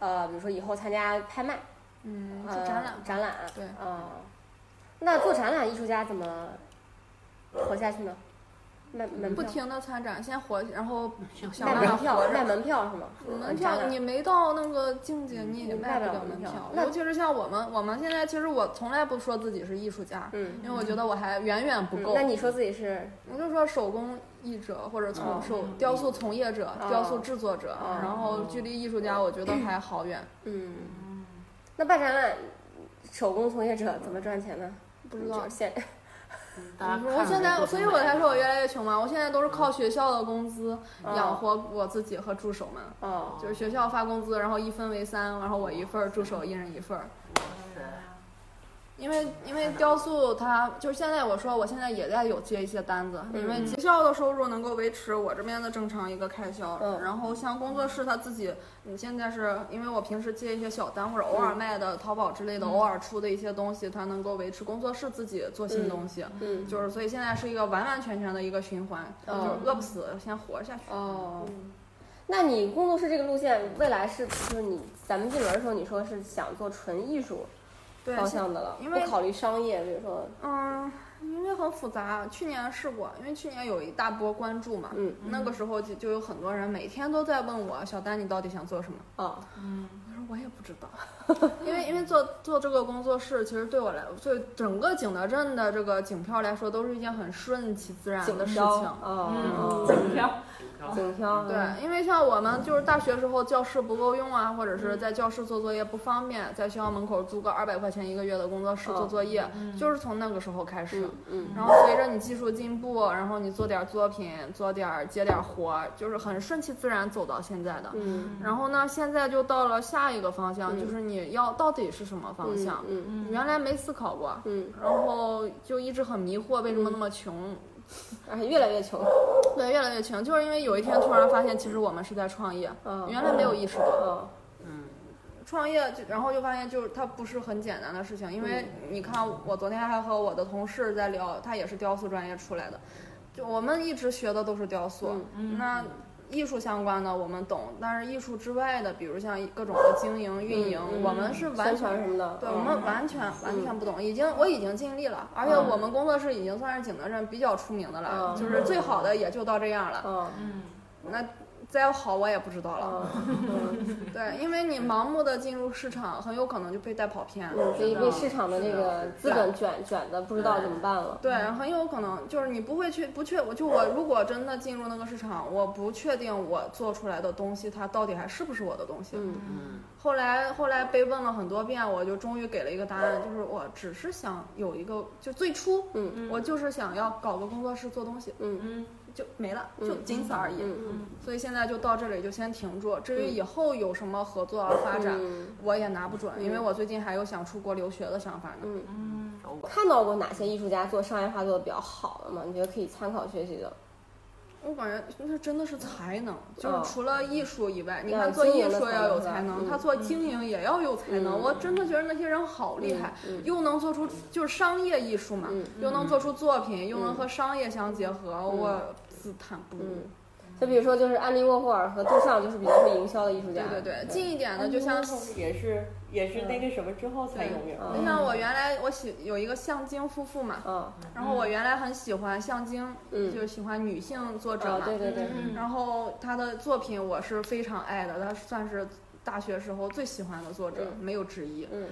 A: 呃，比如说以后参加拍卖，
C: 嗯，就
A: 呃，
C: 展览。
A: 展览，
C: 对
A: 啊、那做展览艺术家怎么活下去呢？卖门
C: 呃不
A: 票，
C: 停的参展，先活，然后想
A: 卖
C: 办法
A: 门
C: 活
A: 票，卖
C: 着。
A: 门票 是吗？
C: 门
A: 嗯展
C: 票
A: 览嗯
C: 你没到那个境界，你也
A: 卖
C: 卖
A: 不
C: 不
A: 了
C: 了门
A: 门票
C: 票。
A: 那
C: 尤其是像我们，我们现在其实我从来不说自己是艺术家，
A: 嗯
C: 因为我觉得我还远远不
A: 嗯
C: 够。
A: 那你说自己是
C: 我就说手工艺者或者从手雕塑从业者、
A: 嗯哦
C: 雕塑制作者，然后距离艺术家，我觉得还好远。
A: 嗯，那办展览，手工从业者怎么赚钱呢？
C: 不知道
A: 就是，现
E: 大家看着
C: 我现在，
E: 都
C: 所
E: 挺
C: 以
E: 美
C: 我
E: 的
C: 才说我越来越穷嘛。我现在都是靠学校的工资
A: 哦
C: 养活我自己和助手们。
A: 哦，
C: 就是学校发工资，然后一分为三，然后我一份儿，助手一人一份儿。因为因为雕塑它就是现在我说我现在也在有接一些单子，
A: 嗯
C: 因为学校的收入能够维持我这边的正常一个开销。
A: 嗯
C: 然后像工作室他自己，你现在是因为我平时接一些小单或者偶
A: 嗯
C: 尔卖的淘宝之类的，偶尔出的一些东西，它能够维持工作室自己做新东西。
A: 嗯，
C: 就是所以现在是一个完完全全的一个循环，
A: 哦
C: 就是饿不死先活下去。嗯
A: 哦。那你工作室这个路线，未来是就是你咱们进门的时候，你说是想做纯艺术
C: 对
A: 方向的了，
C: 因为
A: 不考虑商业，比如说，
C: 嗯，因为很复杂。去年试过，因为去年有一大波关注嘛，
A: 嗯，
C: 那个时候就就有很多人每天都在问我，小丹你到底想做什么？
A: 啊，
B: 嗯
C: 我说我也不知道， 因为因为做做这个工作室，其实对我来，对整个景德镇的这个景漂来说，都是一件很顺其自然
A: 哦景
C: 的事
A: 漂
C: 情。
A: 啊，
B: 嗯，景漂
E: 嗯
A: 景漂，嗯，
C: 对，因为像我们就是大学时候教室不够用啊，或者
A: 嗯
C: 是在教室做作业不方便，在学校门口租个二百块钱一个月的工作室做作业，就是从那个时候开始。
A: 哦嗯
C: 然后随着你技术进步，然后你做点作品，做点接点活儿，就是很顺其自然走到现在的。
A: 嗯，
C: 然后呢，现在就到了下一个方向，
A: 嗯
C: 就是你要到底是什么方向？
A: 嗯
C: 原来没思考过，
A: 嗯，
C: 然后就一直很迷惑，为什么那么穷？
A: 而且越来越穷，
C: 对，越来越穷，就是因为有一天突然发现，其实我们是在创业，
A: 嗯
C: 原来没有意识到。
A: 嗯
E: 嗯
C: 创业就，然后就发现就是它不是很简单的事情，因
A: 嗯
C: 为你看，我昨天还和我的同事在聊，他也是雕塑专业出来的，就我们一直学的都是雕塑，
A: 嗯
C: 那艺术相关的我们懂，但是艺术之外的，比如像各种的经营运营，
A: 嗯
C: 我们是完
A: 宣传
C: 全。
A: 什么的，
C: 对
A: 嗯
C: 我们完全完全不懂，已经我已经尽力了，而且我们工作室已经算是景德镇比较出名的了，
A: 嗯
C: 就是最好的也就到这样了。
A: 嗯
C: 那再好我也不知道了。
A: 嗯，
C: 对，因为你盲目的进入市场，很有可能就被带跑偏。
A: 嗯被被市场的这个资本卷卷的，不知道怎么办了。
C: 对，很有可能就是你不会去不确，我就我如果真的进入那个市场，我不确定我做出来的东西它到底还是不是我的东西。
A: 嗯
E: 嗯
C: 后来后来被问了很多遍，我就终于给了一个答案，就是我只是想有一个，就最初
A: 嗯
C: 我就是想要搞个工作室做东西
A: 嗯
B: 嗯
C: 就没了，
A: 嗯
C: 就仅此而已。
A: 嗯
C: 所以现在就到这里就先停住，至于以后有什么合作啊发展，
A: 嗯
C: 我也拿不准，因为
A: 嗯
C: 我最近还有想出国留学的想法呢。
A: 嗯，
B: 嗯，
A: 看到过哪些艺术家做商业化做的比较好的吗？你觉得可以参考学习的？
C: 我感觉那真的是才能，就
A: 嗯
C: 是除了艺术以外，你
A: 要有
C: 看做
A: 经
C: 艺
A: 营的
C: 术
A: 才
C: 要有
A: 能是吧
C: 才能，
A: 嗯
C: 他做经营也要有才能。
A: 嗯
C: 我真的觉得那些人好厉害，
A: 嗯嗯
C: 又能做出就是商业艺术嘛，
A: 嗯
C: 又能做出作品，又能和商业相结合，我自叹不如。
A: 嗯，就比如说就是安利沃霍尔和杜尚，就是比较会营销的艺术
C: 对
A: 家。
C: 对对，近一
A: 嗯
C: 点的就像。
D: 也是也是那个什么之后才有名儿。
A: 嗯
C: 就像我原来我喜有一个向京夫妇嘛，
A: 嗯
C: 然后我原来很喜欢向京，
A: 嗯
C: 就是喜欢女性作者
A: 啊，
C: 嘛，
A: 对对对，
B: 嗯
C: 然后他的作品我是非常爱的，他算是大学时候最喜欢的作者，没有之一。
A: 嗯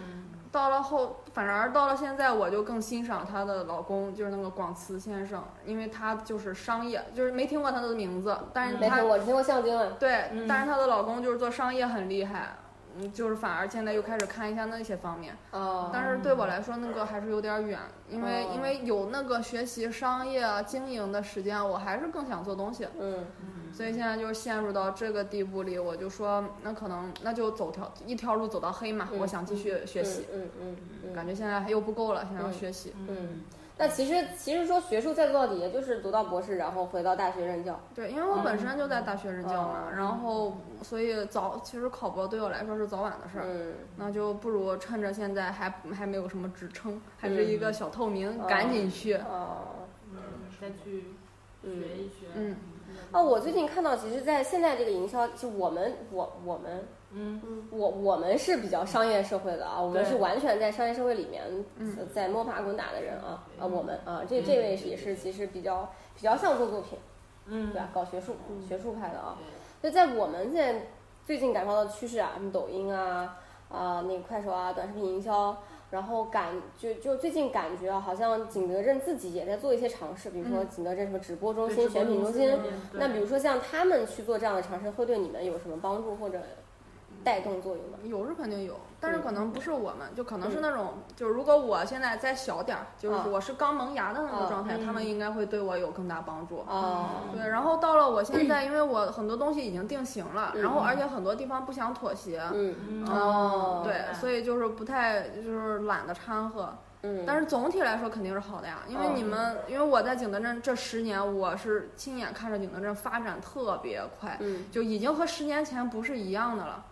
C: 到了后，反而到了现在，我就更欣赏她的老公，就是那个广慈先生，因为他就是商业，就是没听过他的名字，但是
A: 嗯没
C: 他
A: 听过，只听过向京啊。
C: 对，但是她的老公就是做商业很厉害。嗯，就是反而现在又开始看一下那些方面，
A: 哦，
C: 但是对我来说那个还是有点远，因为因为有那个学习商业啊经营的时间，我还是更想做东西。
A: 嗯
C: 所以现在就陷入到这个地步里，我就说那可能那就走条一条路走到黑嘛，
A: 嗯
C: 我想继续学习，
A: 嗯嗯嗯
C: 感觉现在又不够了，想要学习，
A: 嗯嗯。那其实其实说学术再做到底，也就是读到博士，然后回到大学任教。
C: 对，因为我本身就在大学任教嘛，
A: 哦
C: 然后所以早其实考博对我来说是早晚的事儿。
A: 嗯
C: 那就不如趁着现在还还没有什么职称，还是一个小透明，
A: 哦
C: 赶紧去。
A: 哦。
B: 再去学一学，
C: 嗯，
A: 哦，我最近看到，其实，在现在这个营销，就我们，我我们，
B: 嗯
A: 我我们是比较商业社会的啊，我们
B: 对
A: 是完全在商业社会里面，
C: 嗯
A: 呃在摸爬滚打的人啊啊，我们啊，这这位是也是其实比较比较像做作品，
B: 嗯
A: 对吧？搞学术学术派的啊，
B: 对
A: 就在我们现在最近感受到的趋势啊，什么抖音啊啊、那个快手啊，短视频营销，然后感就就最近感觉啊，好像景德镇自己也在做一些尝试，比如说景德镇什么嗯直播中心、
B: 对
A: 选品中
B: 直
A: 心
B: 播中心，对
A: 那比如说像他们去做这样的尝试，会对你们有什么帮助或者带动作用吗？
C: 有是肯定有，但是
A: 嗯
C: 可能不是我们，就可能是那种，就是如果我现在再小点儿，就是
A: 嗯
C: 我是刚萌芽的那
A: 嗯
C: 个状态，他们应该会对我有更大帮助。
A: 哦，
C: 对，然后到了 我现在，因为我很多东西已经定型了，
A: 嗯
C: 然后而且很多地方不想妥协，
A: 嗯
B: 嗯
A: 哦
C: 对，所以就是不太就是懒得掺和，
A: 嗯，哦
C: 但是总体来说肯定是好的呀，因为你们，因为我在景德镇这十年，我是亲眼看着景德镇发展特别快，
A: 嗯，
C: 就已经和十年前不是一样的了。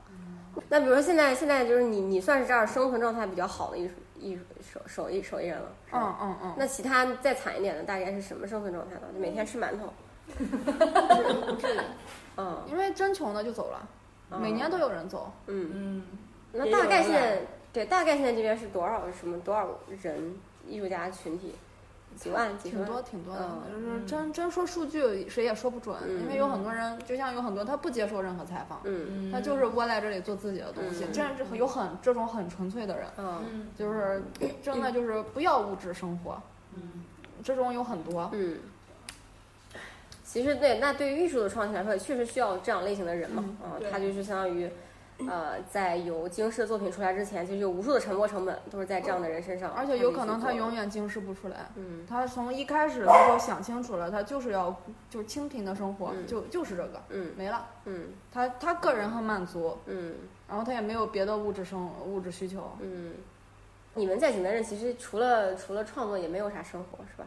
A: 那比如说现在现在就是你你算是这儿生存状态比较好的艺术艺术手手艺手艺人了，是吧
C: 嗯嗯嗯，
A: 那其他再惨一点的大概是什么生存状态呢？就每天吃馒头。哦嗯
C: 嗯因为真穷的就走了，每年都有人走。
A: 嗯，
B: 嗯
A: 那大概现在对，大概现在这边是多少什么多少人艺术家群体？几万、几十
C: 挺
A: 万？
C: 多挺多的，
A: 嗯
C: 就是真真说数据谁也说不准，
A: 嗯
C: 因为有很多人就像有很多他不接受任何采访，
A: 嗯
C: 他就是窝在这里做自己的东西，
A: 嗯
C: 这样是有很这种很纯粹的人，
A: 嗯
B: 嗯
C: 就是真的就是不要物质生活，
B: 嗯
C: 这种有很多。
A: 嗯。其实对，那对于艺术的创新来说，也确实需要这样类型的人嘛。
C: 嗯
A: 啊、
B: 对
A: 他就是相当于，呃，在有惊世的作品出来之前，就是有无数的沉没成本都是在这样的人身上，
C: 而且有可能
A: 他自
C: 他
A: 己去做
C: 永远经视不出来，
A: 嗯
C: 他从一开始他就想清楚了，他就是要就是清贫的生活，
A: 嗯
C: 就就是这个
A: 嗯
C: 没了。
A: 嗯
C: 他他个人很满足，
A: 嗯
C: 然后他也没有别的物质生物质需求。
A: 嗯。你们在景德镇其实除了除了创作，也没有啥生活是吧？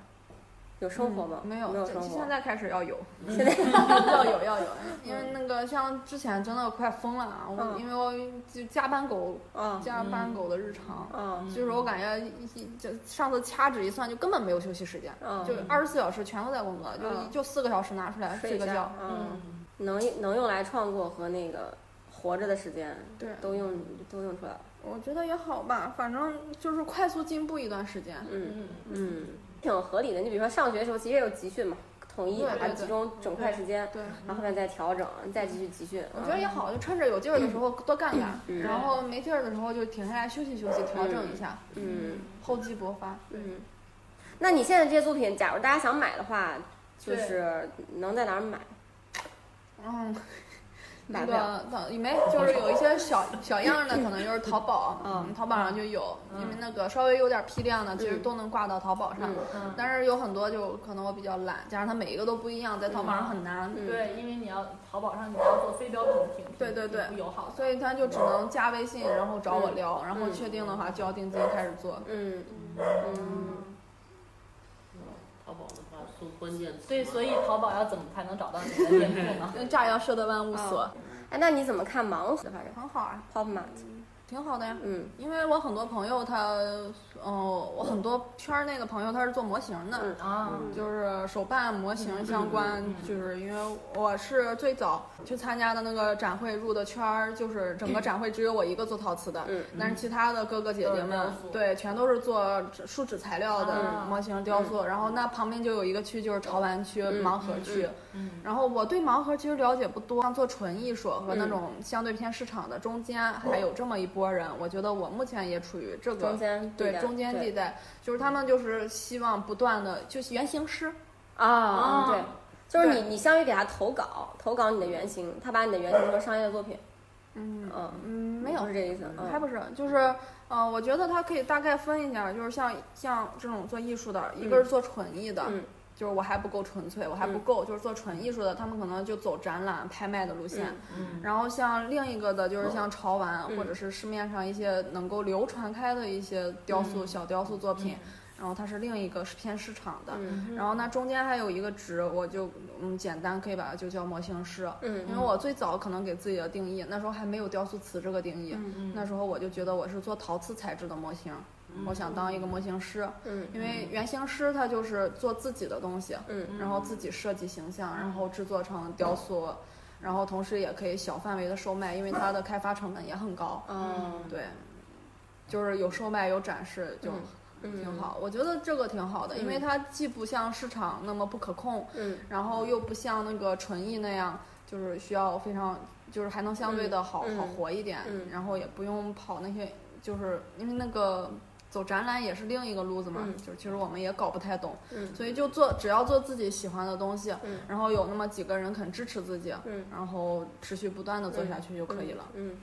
A: 有生活吗？
C: 嗯没
A: 有，
C: 有，
A: 没
C: 这
A: 生活
C: 现。在开始 要有，
A: 现在
C: 要有 要有，因为那个像之前真的快疯了啊！我
A: 嗯
C: 因为我就加班狗，
A: 啊
C: 加班狗的日常，
A: 啊
C: 嗯就是我感觉一一就上次掐指一算，就根本没有休息时间，
A: 啊！
C: 就二十四小时全都在工作，就
A: 嗯
C: 就四个小时拿出来
A: 睡
C: 睡
A: 一
C: 个
A: 下
C: 觉。嗯
A: 啊，
B: 嗯
A: 能能用来创作和那个活着的时间
C: 对，
A: 都用都用出来了。
C: 我觉得也好吧，反正就是快速进步一段时间。
A: 嗯
B: 嗯
A: 嗯，挺合理的。你比如说上学的时候，其实也有集训嘛，统一
C: 对
A: 把它
C: 对对
A: 集中整块时间，
C: 对，嗯
A: 然后后面再调整，再继续集训。
C: 我觉得也好，就趁着有劲儿的时候多干干，
A: 嗯
C: 然后没劲儿的时候就停下来休息休息，调整一下，
A: 嗯
C: 厚积薄发。
A: 嗯。那你现在这些作品，假如大家想买的话，就是能在哪儿买？
C: 嗯，
A: 买
C: 那
A: 不
C: 个那没，就是有一些小小样儿的，可能就是淘宝，
A: 嗯
C: 淘宝上就有，因为那个稍微有点批量的，其实都能挂到淘宝上。
A: 嗯
B: 嗯，
C: 但是有很多就可能我比较懒，加上它每一个都不一样，在淘宝上很难，
A: 嗯
B: 对，因为你要淘宝上你要做非标品，挺挺
C: 对对对
B: 挺不友好的。
C: 所以它就只能加微信，然后找我聊，然后确定的话就要定金开始做。
A: 嗯
E: 淘宝的话搜关键词，
B: 对，所以淘宝要怎么才能找到你的店铺呢？
C: 用嗯炸药社的万物所、
A: 哎，那你怎么看盲盒？反正
C: 很好啊，
A: Pop Mart，
C: 挺好的呀。
A: 嗯
C: 因为我很多朋友他，嗯、我很多圈儿内的朋友他是做模型的，
A: 嗯
B: 啊，
C: 就是手办模
B: 嗯
C: 型相关，就是因为我是最早去参加的那个展会入的圈儿，就是整个展会只有我一个做陶瓷的，
A: 嗯
C: 但是其他的哥哥姐姐
B: 都是
C: 们
B: 雕塑，
C: 对，全都是做纸树脂材料的
B: 啊
C: 模型雕塑，然后那旁边就有一个区就是潮玩区、盲盒区，
B: 嗯
C: 然后我对盲盒其实了解不多，像做纯艺术和那种相对偏市场的中间还有这么一波人，我觉得我目前也处于这个
A: 中间
C: 对中间地
A: 对
C: 带，就是他们就是希望不断的就是原型师，
A: 啊，
B: 啊
A: 对，就是
C: 哦对
A: 你你相当于给他投稿，投稿你的原型，他把你的原型做成商业的作品，
C: 嗯
A: 嗯，
C: 嗯，没有，
A: 是这意思，
C: 还
A: 嗯
C: 不是，就是呃，我觉得它可以大概分一下，就是像像这种做艺术的，一个是做纯艺的。
A: 嗯
C: 就是我还不够纯粹，我还不
A: 嗯
C: 够，就是做纯艺术的，他们可能就走展览、拍卖的路线。
B: 嗯
C: 然后像另一个的，就是像潮玩、
A: 嗯
C: 或者是市面上一些能够流传开的一些雕塑、
B: 嗯
C: 小雕塑作品，然后它是另一个是偏市场的。
A: 嗯
C: 然后那中间还有一个值，我就嗯简单可以把它就叫模型师，
A: 嗯
C: 因为我最早可能给自己的定义，那时候还没有雕塑瓷这个定义，
B: 嗯
C: 那时候我就觉得我是做陶瓷材质的模型，我想当一个模型师，
A: 嗯
C: 因为原型师他就是做自己的东西，
A: 嗯
C: 然后自己设计形象，然后制作成雕塑，然后同时也可以小范围的售卖，因为它的开发成本也很高，
A: 哦
C: 对，就是有售卖有展示就。
A: 嗯
C: 挺好，我觉得这个挺好的，因为它既不像市场那么不可控，
A: 嗯
C: 然后又不像那个纯艺那样，就是需要非常，就是还能相对的好、
A: 嗯嗯
C: 好活一点，
A: 嗯
C: 然后也不用跑那些，就是因为那个走展览也是另一个路子嘛，
A: 嗯
C: 就是其实我们也搞不太懂，
A: 嗯
C: 所以就做只要做自己喜欢的东西，
A: 嗯
C: 然后有那么几个人肯支持自己，
A: 嗯
C: 然后持续不断的做下去就可以了。
A: 嗯，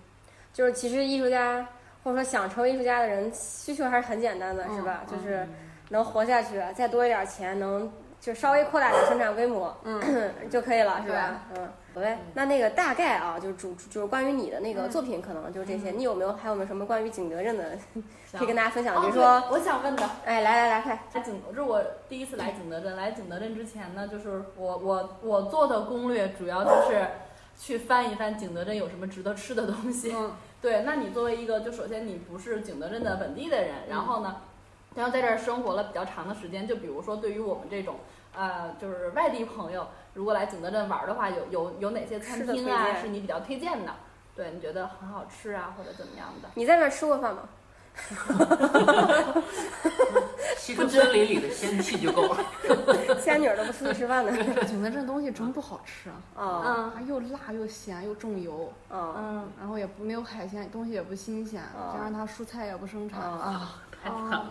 A: 就是其实艺术家或者说想成为艺术家的人需求还是很简单的，
C: 嗯
A: 是吧？
C: 嗯
A: 就是能活下去，再多一点钱能。就稍微扩大点生产规模，嗯，就可以了，是
C: 啊
A: 吧？嗯，好嘞。那那个大概啊，就是主就是关于你的那
C: 嗯
A: 个作品，可能就是这些。你有没有还有没有什么关于景德镇的可以跟大家分享？
B: 哦
A: 比如
B: 对
A: 说，
B: 我想问的，
A: 哎，来来来，快，
B: 来景，这是我第一次来景德镇。来景德镇之前呢，就是我我我做的攻略主要就是去翻一翻景德镇有什么值得吃的东西。
C: 嗯
B: 对，那你作为一个，就首先你不是景德镇的本地的人，然后呢，然后在这儿生活了比较长的时间，就比如说对于我们这种呃，就是外地朋友，如果来景德镇玩的话，有有有哪些餐
A: 吃的
B: 厅
A: 推
B: 啊
A: 荐
B: 是你比较推荐的？对，你觉得很好吃啊，或者怎么样的？
A: 你在那儿吃过饭吗？
E: 西出森林里的仙气就够了。
A: 仙女儿都不出去吃饭呢。
C: 景德镇东西真不好吃啊，
A: 啊
B: 嗯
C: 啊又辣又咸又重油，
A: 啊
B: 嗯，
C: 然后也不没有海鲜，东西也不新鲜，
A: 啊
C: 加上它蔬菜也不生产
A: 啊
C: 啊
E: 太惨了，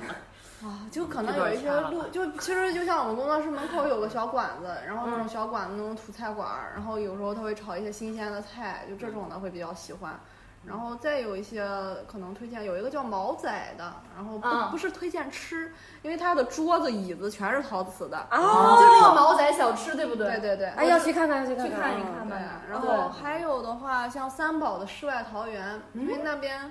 C: 啊，就可能有一
E: 这
C: 些
E: 段掐了
C: 路
E: 吧，
C: 就其实就像我们工作室门口有个小馆子，然后那种小馆子那种土菜馆儿，然后有时候他会炒一些新鲜的菜，就这种的会比较喜欢。然后再有一些可能推荐，有一个叫毛仔的，然后不、
B: 啊
C: 不是推荐吃，因为他的桌子椅子全是陶瓷的。
A: 啊！
B: 就这个毛仔小吃，对不对？
C: 对对对，
A: 哎，要去看看，要去看
B: 去看一看
A: 嗯
C: 对
B: 吧，
C: 然后还有的话，像三宝的世外桃源，因为那边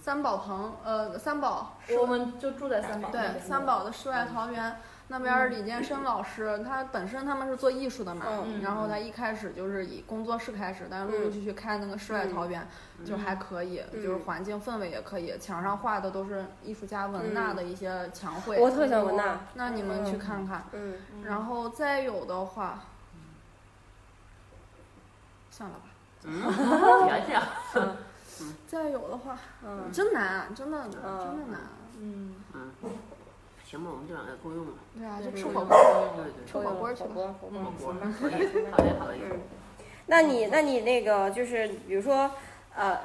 C: 三宝棚，呃，三宝是
B: 我们就住在三宝那边。
C: 对三宝的世外桃源那边儿李建生老师，他本身他们是做艺术的嘛，
A: 嗯
C: 然后他一开始就是以工作室开始，但是陆陆续续开那个世外桃源，就还可以，
A: 嗯
C: 就是环境氛围也可以，墙上画的都是艺术家文娜的一些墙绘，
A: 我特别喜欢文娜。
C: 那你们去看看。
A: 嗯，
C: 然后再有的话，算了吧。
E: 嗯，别这样。
C: 再有的话，
A: 嗯
C: 真难，啊真的，真
A: 嗯
C: 的难。
B: 嗯，
E: 嗯，行吧，我们这两个够用了。
C: 对啊，
B: 对
C: 就吃
B: 嗯
C: 火锅。
E: 对对，
C: 吃火锅去吧
A: 嗯火锅，火锅
E: 火锅
A: 行吧
E: 可以，嗯好嘞好嘞。
A: 嗯，那你那你那个就是比如说，呃，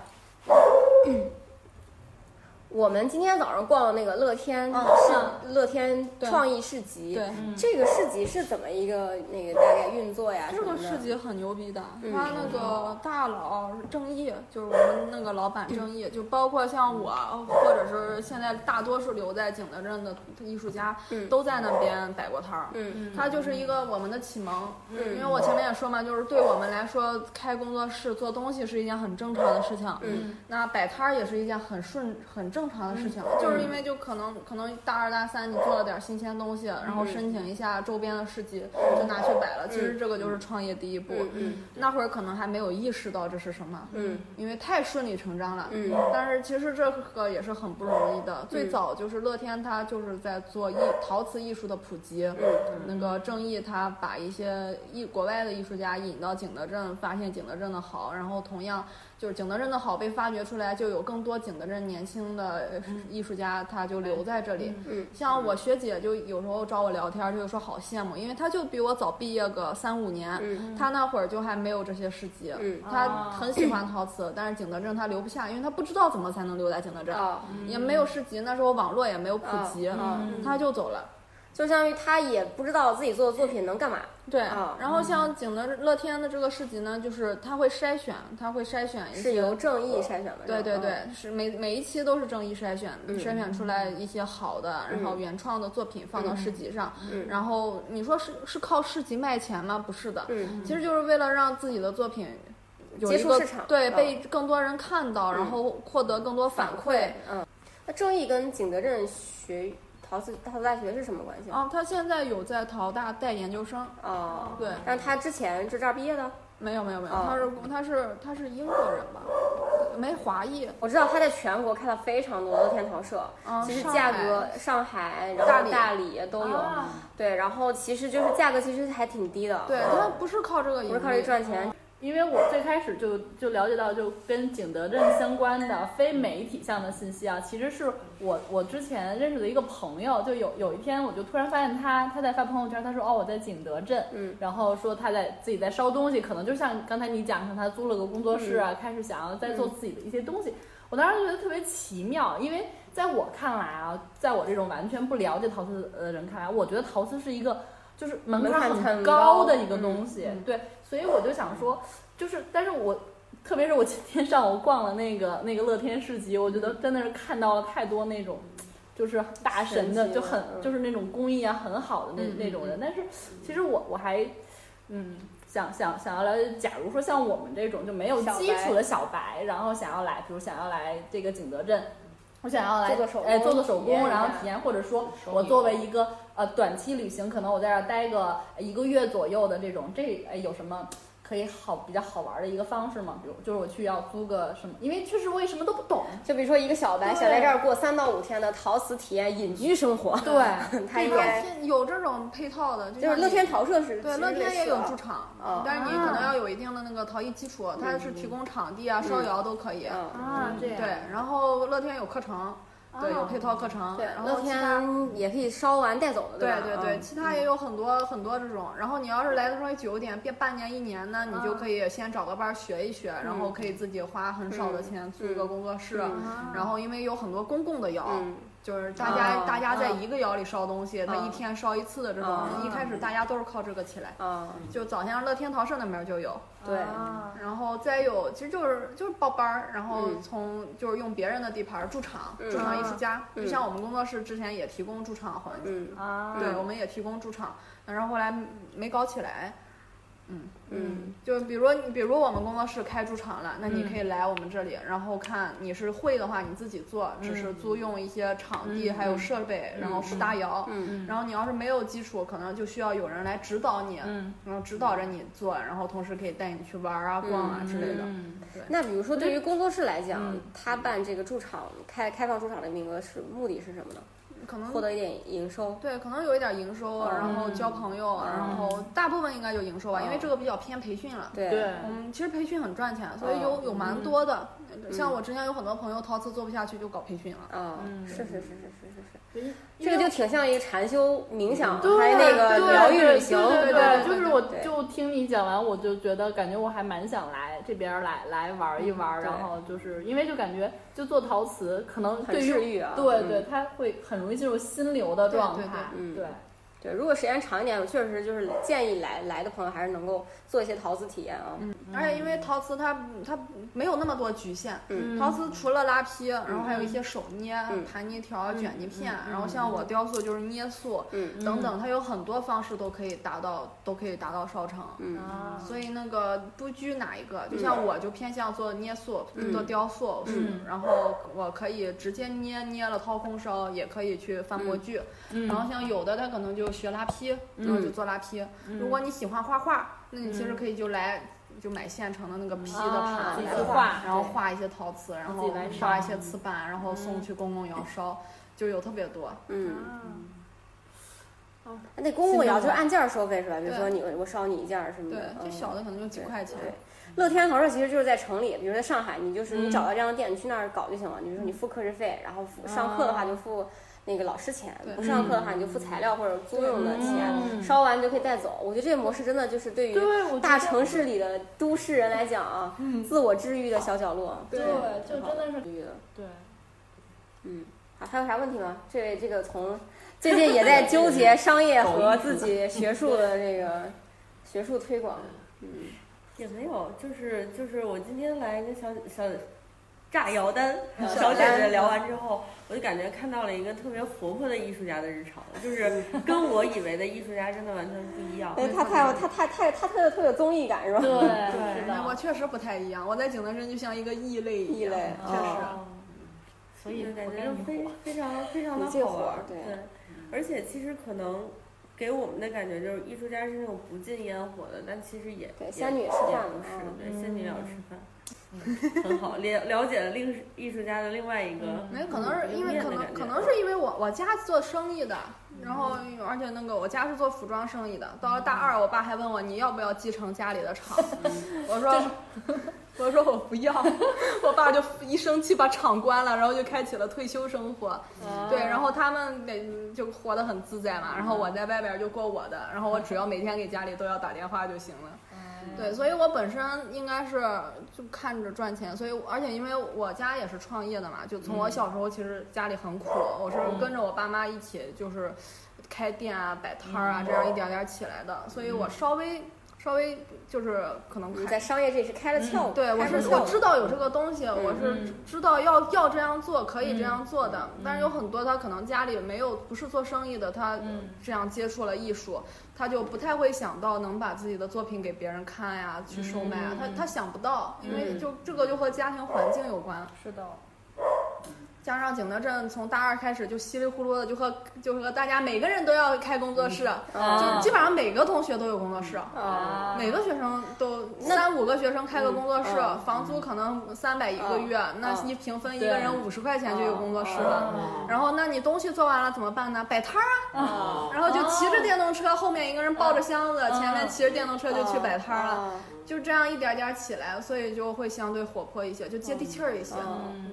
A: 我们今天早上逛了那个乐天
C: 嗯
A: 市乐天
C: 对
A: 创意市集，
C: 对，
A: 这个市集是怎么一个那个大概运作呀？
C: 这个
A: 什么的
C: 市集很牛逼的，
A: 嗯
C: 他那个大佬正义，就是我们那个老板正义，就包括像我，或者是现在大多数留在景德镇的艺术家，
A: 嗯
C: 都在那边摆过摊儿。
A: 嗯
C: 它就是一个我们的启蒙，
A: 嗯
C: 因为我前面也说嘛，就是对我们来说，开工作室做东西是一件很正常的事情，
A: 嗯，
C: 那摆摊儿也是一件很顺很正常的事情，
A: 嗯
C: 就是因为就可能可能大二大三你做了点新鲜东西，然
A: 嗯
C: 后申请一下周边的市集，就拿去摆了，其实这个就是创业第一步，
A: 嗯嗯
C: 那会儿可能还没有意识到这是什么，
A: 嗯
C: 因为太顺理成章了。
A: 嗯
C: 但是其实这个也是很不容易的。最早就是乐天，他就是在做艺陶瓷艺术的普及。
A: 嗯
D: 嗯
C: 那个正义他把一些艺国外的艺术家引到景德镇，发现景德镇的好，然后同样就是景德镇的好被发掘出来，就有更多景德镇年轻的呃艺术家，他就留在这里。
A: 嗯
C: 像我学姐就有时候找我聊天儿，她就说好羡慕，因为她就比我早毕业个三五年，
A: 嗯
C: 她那会儿就还没有这些市集，
A: 嗯
C: 她很喜欢陶瓷，但是景德镇她留不下，因为她不知道怎么才能留在景德镇，
A: 啊，
C: 也没有市集，那时候网络也没有普及，
A: 啊
C: 她就走了。
A: 就相当于他也不知道自己做的作品能干嘛。
C: 对，
A: 啊
C: 然后像景德乐天的这个市集呢，就是它会筛选，它会筛选一些
A: 是由正义筛选的，嗯
C: 对对
A: 是吧嗯
C: 对，，是每每一期都是正义筛选，筛选出来一些好的，然后原创的作品放到市集上。
A: 嗯
C: 然后你说是是靠市集卖钱吗？不是的，
A: 嗯
C: 其实就是为了让自己的作品有
A: 接
C: 一
A: 触
C: 个
A: 市场
C: 对
A: 嗯
C: 被更多人看到，然后获得更多反馈。
A: 嗯，那正义跟景德镇学陶瓷陶瓷大学是什么关系？
C: 啊，他现在有在陶大带研究生，
A: 哦，
C: 对，
A: 但是他之前就这儿毕业的，
C: 没有没有没有，
A: 哦
C: 他是他是他是英国人吧，没华裔，
A: 我知道他在全国开了非常多的天陶社，
C: 嗯
A: 其实
C: 上
A: 价
C: 海
A: 格上海，然
C: 大
A: 后
C: 理哦
A: 大理都有，
B: 嗯
A: 对，然后其实就是价格其实还挺低的，
C: 对，哦
A: 嗯
C: 他不是靠这个盈
A: 不
C: 利，
A: 是靠这赚钱，
B: 因为我最开始就就了解到，就跟景德镇相关的非媒体上的信息啊，其实是我我之前认识的一个朋友，就有有一天我就突然发现他他在发朋友圈，他说哦我在景德镇，
A: 嗯，
B: 然后说他在自己在烧东西，可能就像刚才你讲，像他租了个工作室
A: 嗯
B: 啊，开始想要再做自己的一些东西，我当时就觉得特别奇妙，因为在我看来啊，在我这种完全不了解陶瓷的人看来，我觉得陶瓷是一个就是门
A: 门槛
B: 槛
A: 很
B: 很
A: 高
B: 高的一个东西，
A: 嗯
B: 对，所以我就想说，就是但是我。特别是我今天上午逛了那个那个乐天市集，我觉得真的是看到了太多那种，就是大神的，
A: 神奇
B: 就
A: 的
B: 很
A: 嗯
B: 就是那种工艺啊很好的那、
C: 嗯嗯
B: 那种人。但是其实我我还嗯，想想想要了解，假如说像我们这种就没有
A: 小白
B: 基础的小白，然后想要来，比如想要来这个景德镇，我想要来
A: 做做手工
B: 哎做做手
A: 体验一
B: 工，
A: 下
B: 然后体验，或者说
E: 手艺
B: 我作为一个呃短期旅行，可能我在这儿待个一个月左右的这种，这哎有什么？可以好比较好玩的一个方式吗？比如就是我去要租个什么，因为确实我也什么都不懂，
A: 就比如说一个小白
B: 对
A: 想在这儿过三到五天的陶瓷体验隐居生活，
B: 对
A: 他应
C: 有
A: 该
C: 有这种配套的，
A: 就
C: 就
A: 是
C: 像
A: 乐
C: 你
A: 天。陶社是
C: 对，
A: 其
C: 乐
A: 实类
C: 天也
A: 似
C: 有
A: 的
C: 驻场
A: 哦，
C: 但是你可能要有一定的那个陶艺基础，它是提供场地啊、烧窑都可以。
A: 嗯哦
B: 啊，这
C: 对，然后乐天有课程，对，有配套课程。
A: 对，
C: 哦然
A: 乐
C: 后其他
A: 天也可以烧完带走的，
C: 对
A: 吧？嗯
C: 对对，其他也有很多很多这种。然后你要是来的稍微久一点，别半年一年呢，
A: 嗯
C: 你就可以先找个班儿学一学，然后可以自己花很少
A: 嗯
C: 的钱租一个工作室。然后因为有很多公共的窑，
A: 嗯，
C: 就是大家
A: 啊
C: 大家在一个窑里烧东西，他
A: 啊
C: 一天烧一次的这种
A: 啊。
C: 一开始大家都是靠这个起来，
A: 啊，
C: 就早先乐天陶社那边就有，
A: 对，
C: 然后再有其实就是就是报班儿，然后
A: 嗯
C: 从就是用别人的地盘儿驻场，
A: 嗯
C: 驻场艺术家，
A: 嗯
C: 就像我们工作室之前也提供驻场环节。
A: 嗯
B: 啊，
C: 对，我们也提供驻场，然后后来没搞起来。
A: 嗯
C: 就比如说你，比如我们工作室开驻场了，那你可以来我们这里，然后看你是会的话，你自己做，只是租用一些场地、
B: 嗯
C: 还有设备，然后搭窑。
A: 嗯嗯
B: 嗯
C: 然后你要是没有基础，可能就需要有人来指导你，
B: 嗯
C: 然后指导着你做，然后同时可以带你去玩儿啊、逛啊之类的。
B: 嗯
A: 那比如说，对于工作室来讲
B: 嗯，
A: 他办这个驻场开开放驻场的名额是目的是什么呢？
C: 可
B: 嗯
C: 能
A: 嗯获得一点营收。
C: 对，可能有一点营收，啊
A: 嗯
C: 然后交朋友，啊
A: 嗯
C: 然后大部分应该就营收吧，因为
A: 嗯
C: 这个比较偏培训了。
A: 对，嗯
B: 对，
C: 嗯，其实培训很赚钱，所以有有蛮多的。像我之前有很多朋友陶瓷做不下去就搞培训了。
A: 啊，
B: 嗯
A: 是是是是是是是，
B: 对
A: 这个就挺像一个禅修冥想，
B: 对
A: 还有那个
B: 对
A: 疗愈
B: 对
A: 旅行，
B: 对
C: 对对对
B: 就是
A: 对
B: 我
A: 对
B: 就听你讲完，我就觉得感觉我还蛮想来这边儿来来玩一玩
A: 嗯
B: 儿，
A: 对
B: 然后就是因为就感觉就做陶瓷，可能
A: 很
B: 对于
A: 治愈啊。
B: 对
A: 嗯
B: 对，，它会很容易进入心流的状态
C: 对对对，
A: 嗯
B: 对，
A: 对，如果时间长一点，我确实就是建议来来的朋友还是能够做一些陶瓷体验啊。
B: 嗯
C: 而且因为陶瓷它它没有那么多局限，
A: 嗯
C: 陶瓷除了拉坯，然后还有一些手捏、
A: 嗯
C: 盘泥条、卷泥片，
B: 嗯嗯
C: 然后像我雕塑就是捏塑、
A: 嗯
C: 等等，它有很多方式都可以达到，都可以达到烧成。
A: 嗯
B: 啊，
C: 所以那个不拘哪一个，就像我就偏向做捏塑、
A: 嗯
C: 做雕塑，
B: 嗯
C: 然后我可以直接捏捏了掏空烧，也可以去翻
B: 嗯
C: 模具。然后像有的他可能就学拉坯，然
B: 嗯
C: 后就做拉坯。如果你喜欢画画，那你其实可以就来。就买现成的那个坯的
B: 啊
C: 盘
B: 自己
C: 来
B: 去画
C: 然后画一些陶瓷，然
B: 自
C: 后
B: 己来烧嗯
C: 画一些瓷板，然后送去公共窑烧，就有特别多。
A: 嗯，
B: 嗯
A: 那公共窑就是按件儿收费是吧？比如说
C: 对
A: 你我烧你一件儿什么
C: 对
A: 的，，
C: 最
A: 嗯
C: 小的可能就几块钱。
A: 对，乐天陶社其实就是在城里，比如在上海，你就是你找到这样的店，你去那儿搞就行了。你就说你付课时费，然后付上课的话就付那个老师钱，
C: 对
A: 不上课的话你就付材料或者租用的钱，
B: 嗯
A: 烧完就可以带走。我觉得这个模式真的就是对于
B: 对，我觉
A: 大
B: 得
A: 城市里的都市人来讲啊，自我治愈的小角落，
B: 对，就真的是
A: 治愈的。
B: 对。
A: 嗯，好，还有啥问题吗？这位这个从最近也在纠结商业和自己学术的这个学术推广，
D: 也没有，就是就是我今天来跟小小炸姚丹
E: 嗯
D: 小姐姐聊完之后，我就感觉看到了一个特别活泼的艺术家的日常，就是跟我以为的艺术家真的完全不一样。
A: 对哎他太有他太太他特特有综艺感是吧？
B: 对，
D: 对
B: 是
C: 那我
B: 的，
C: 确实不太一样，我在景德镇就像一个异类一
A: 异
B: 嗯
C: 样，嗯
A: 类
C: 确实。
A: 哦
B: 所以
D: 就感
B: 我
D: 觉
B: 跟你
D: 非
B: 火，
D: 非常非常的
A: 你这
D: 好
A: 火
D: 玩嗯
A: 儿，对
D: 而且其实可能给我们的感觉就是艺术家是那种不进烟火的，但其实也
A: 对
D: 也
A: 仙女吃
D: 也
A: 饭
D: 不是
A: 嗯
D: 对仙女要吃饭，
B: 嗯
D: 很好了了解了另艺术家的另外一个
C: 没，可能是因为
D: 面
C: 可
D: 的
C: 能
D: 感觉
C: 可能是因为我我家做生意的，然后而且那个我家是做服装生意的，到了大二，我爸还问我你要不要继承家里的厂，我说我说我不要， 我爸就一生气把厂关了，然后就开启了退休生活，
A: 哦
C: 对，然后他们每就活得很自在嘛，然后
A: 嗯
C: 我在外边就过我的，然后我只要每天给家里都要打电话就行了。
A: 嗯
C: 对，所以我本身应该是就看着赚钱，所以我而且因为我家也是创业的嘛，就从
A: 嗯
C: 我小时候其实家里很苦，我是跟着我爸妈一起就是开店啊、摆摊
A: 嗯
C: 儿啊，这样一点点起来的，所以我稍微稍微就是可能
A: 你
C: 还
A: 在商业这是开了窍了，
C: 嗯对，我
A: 开了
C: 是
A: 窍
C: 我
A: 了
C: 知道有这个东西，我是
B: 嗯
C: 知知道要要这样做，可以这样做的。但是有很多他可能家里没有不是做生意的，他
B: 嗯
C: 这样接触了艺术，他就不太会想到能把自己的作品给别人看呀，去售卖啊，他他想不到，因为就这个就和家庭环境有关。
B: 是的，
C: 加上景德镇从大二开始就稀里糊涂的就和就和大家每个人都要开工作室，就
B: 啊
C: 基本上每个同学都有工作室。
A: 啊，
C: 每个学生都三五个学生开个工作室，
A: 嗯
C: 房租可能三百一个月，那一平分一
B: 对
C: 个人五十块钱就有工作室
A: 嗯
C: 了。嗯
B: 啊
C: 然后，那你东西做完了怎么办呢？摆摊儿啊，
B: 啊
C: 然后
A: 哦
C: 就骑着电动车，后面一个人抱着箱子，
A: 嗯
C: 前面骑着电动车就去摆摊儿了，
A: 啊
C: 就这样一点点儿起来，所以就会相对活泼一些，就接地气儿一些。
A: 嗯
B: 嗯，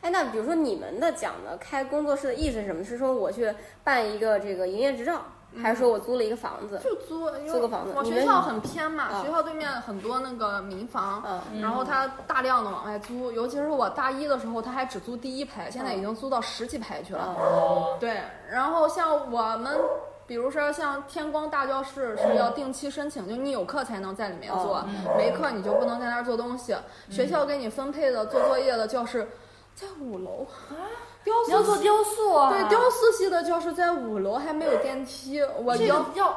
A: 哎，那比如说你们的讲的开工作室的意思是什么？是说我去办一个这个营业执照，还是说
C: 嗯
A: 我租了一个房子？
C: 就租，因为
A: 租个房子
C: 往
A: 你
C: 学
A: 们
C: 校很偏嘛，
A: 啊
C: 学校对面很多那个民房，
A: 嗯，
C: 然后他大量的往外租，尤其是我大一的时候，他还只租第一排，现在已经租到十几排去
A: 嗯
C: 了。
E: 哦，
C: 对，然后像我们。比如说像天光大教室是要定期申请，就你有课才能在里面做，
A: 嗯
C: 没课你就不能在那儿做东西。学校给你分配的做作业的教室在五楼，雕
B: 你要
C: 塑
B: 做雕塑啊？
C: 对雕塑系的教室在五楼还没有电梯，我
B: 这
C: 腰
B: 个要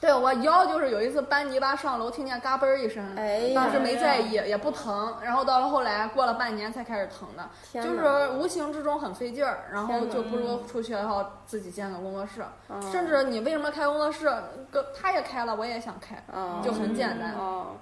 C: 对我腰就是有一次搬泥巴上楼，听见嘎嘣儿一声，
A: 哎呀
C: 当时没在意，也不疼。然后到了后来，过了半年才开始疼的，
A: 天
C: 就
A: 哪
C: 是无形之中很费劲儿。然后
A: 天哪
C: 就不如出学校自己建个工作室。
A: 嗯
C: 甚至你为什么开工作室？哥他也开了，我也想开，
A: 啊，
C: 就很简单。
A: 哦，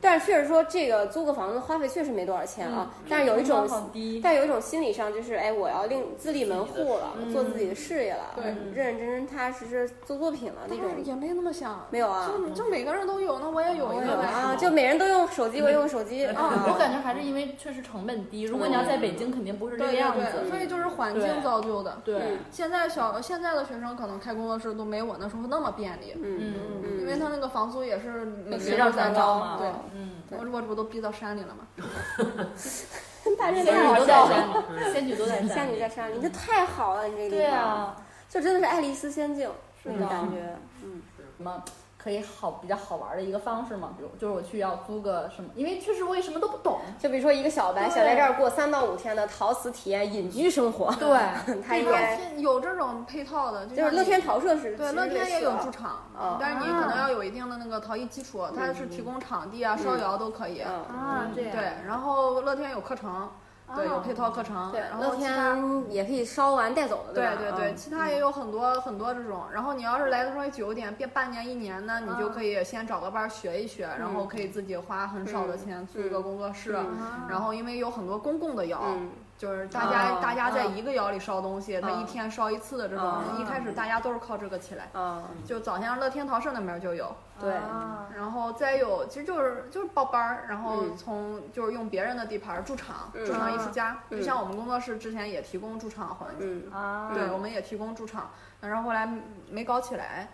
A: 但是确实说这个租个房子花费确实没多少钱啊，
C: 嗯
A: 但是有一种
D: 好低，
A: 但有一种心理上就是，哎，我要另自立门户了，做自己的事业了，
C: 嗯对
A: 认认真真踏实实做作品了那
C: 但是
A: 种，
C: 也没那么想，
A: 没有啊？
C: 就就每个人都有，那我也有一个呗。
A: 啊，就每人都用手机，我用手
C: 嗯
A: 机
B: 啊，我
A: 啊。
B: 感觉还是因为确实成本低。如果你要在北京，肯定不是这
C: 对
B: 个
C: 对
B: 样
C: 对，
B: 子。
C: 所以就是环境
B: 对
C: 造就的。
B: 嗯对，嗯
C: 现在小现在的学生可能开工作室都没我那时候那么便利，
A: 嗯
B: 嗯
A: 嗯
C: 因为他那个房租也是每
B: 水
C: 年
B: 涨
C: 都
B: 船
C: 在
B: 高
C: 高
B: 嘛。，
C: 对。
B: 嗯，
A: 对
C: 我这我这不都逼到山里了吗？
A: 大这
B: 仙女
A: 好
B: 都在
A: 笑，
B: 山，仙女都在
A: 仙
B: 山
A: 女
B: 里。
A: 在嗯山里，你这太好了，你这个
B: 对
A: 地方，
B: 啊，
A: 就真的是爱丽丝仙境
B: 是
A: 那
B: 的
A: 种感觉，嗯，
B: 什么可以好比较好玩的一个方式嘛？比如就是我去要租个什么，因为确实我也什么都不懂。
A: 就比如说一个小白
B: 对
A: 想在这儿过三到五天的陶瓷体验隐居生活，
B: 对，
A: 他应
C: 对吧
A: 该
C: 现有这种配套的，就
A: 就是
C: 像
A: 乐
C: 你
A: 天陶社是
C: 对乐天也有驻
A: 哦啊
C: 场，但是你可能要有一定的那个陶艺基础，它是提供场地啊、烧窑都可以。
A: 嗯，
B: 啊，这
C: 对，然后乐天有课程，对，有配套课程。
A: 对，
C: 然后
A: 乐
C: 其他
A: 天也可以烧完带走的，
C: 对
A: 吧？嗯
C: 对对，其他也有很多、很多这种。然后你要是来的稍微久一点，别半年一年呢，你
A: 嗯
C: 就可以先找个班儿学一学，然后可以自己花很少
A: 嗯
C: 的钱租一个工作室。然后因为有很多公共的窑，
A: 嗯
C: 就是大家、
B: 哦
C: 大家在一个窑里烧东西，他
A: 嗯
C: 一天烧一次的这种。
A: 哦
C: 一开始大家都是靠这个起来，
A: 啊，
C: 就早先乐天陶社那边就有。
A: 对，
C: 然后再有，其实就是就是报班儿，然后
A: 嗯
C: 从、就是用别人的地盘儿驻场，
A: 嗯
C: 驻场艺术家，
A: 嗯
C: 就像我们工作室之前也提供驻场环节，
A: 嗯
B: 啊，
C: 对，我们也提供驻场，但是后来没搞起来。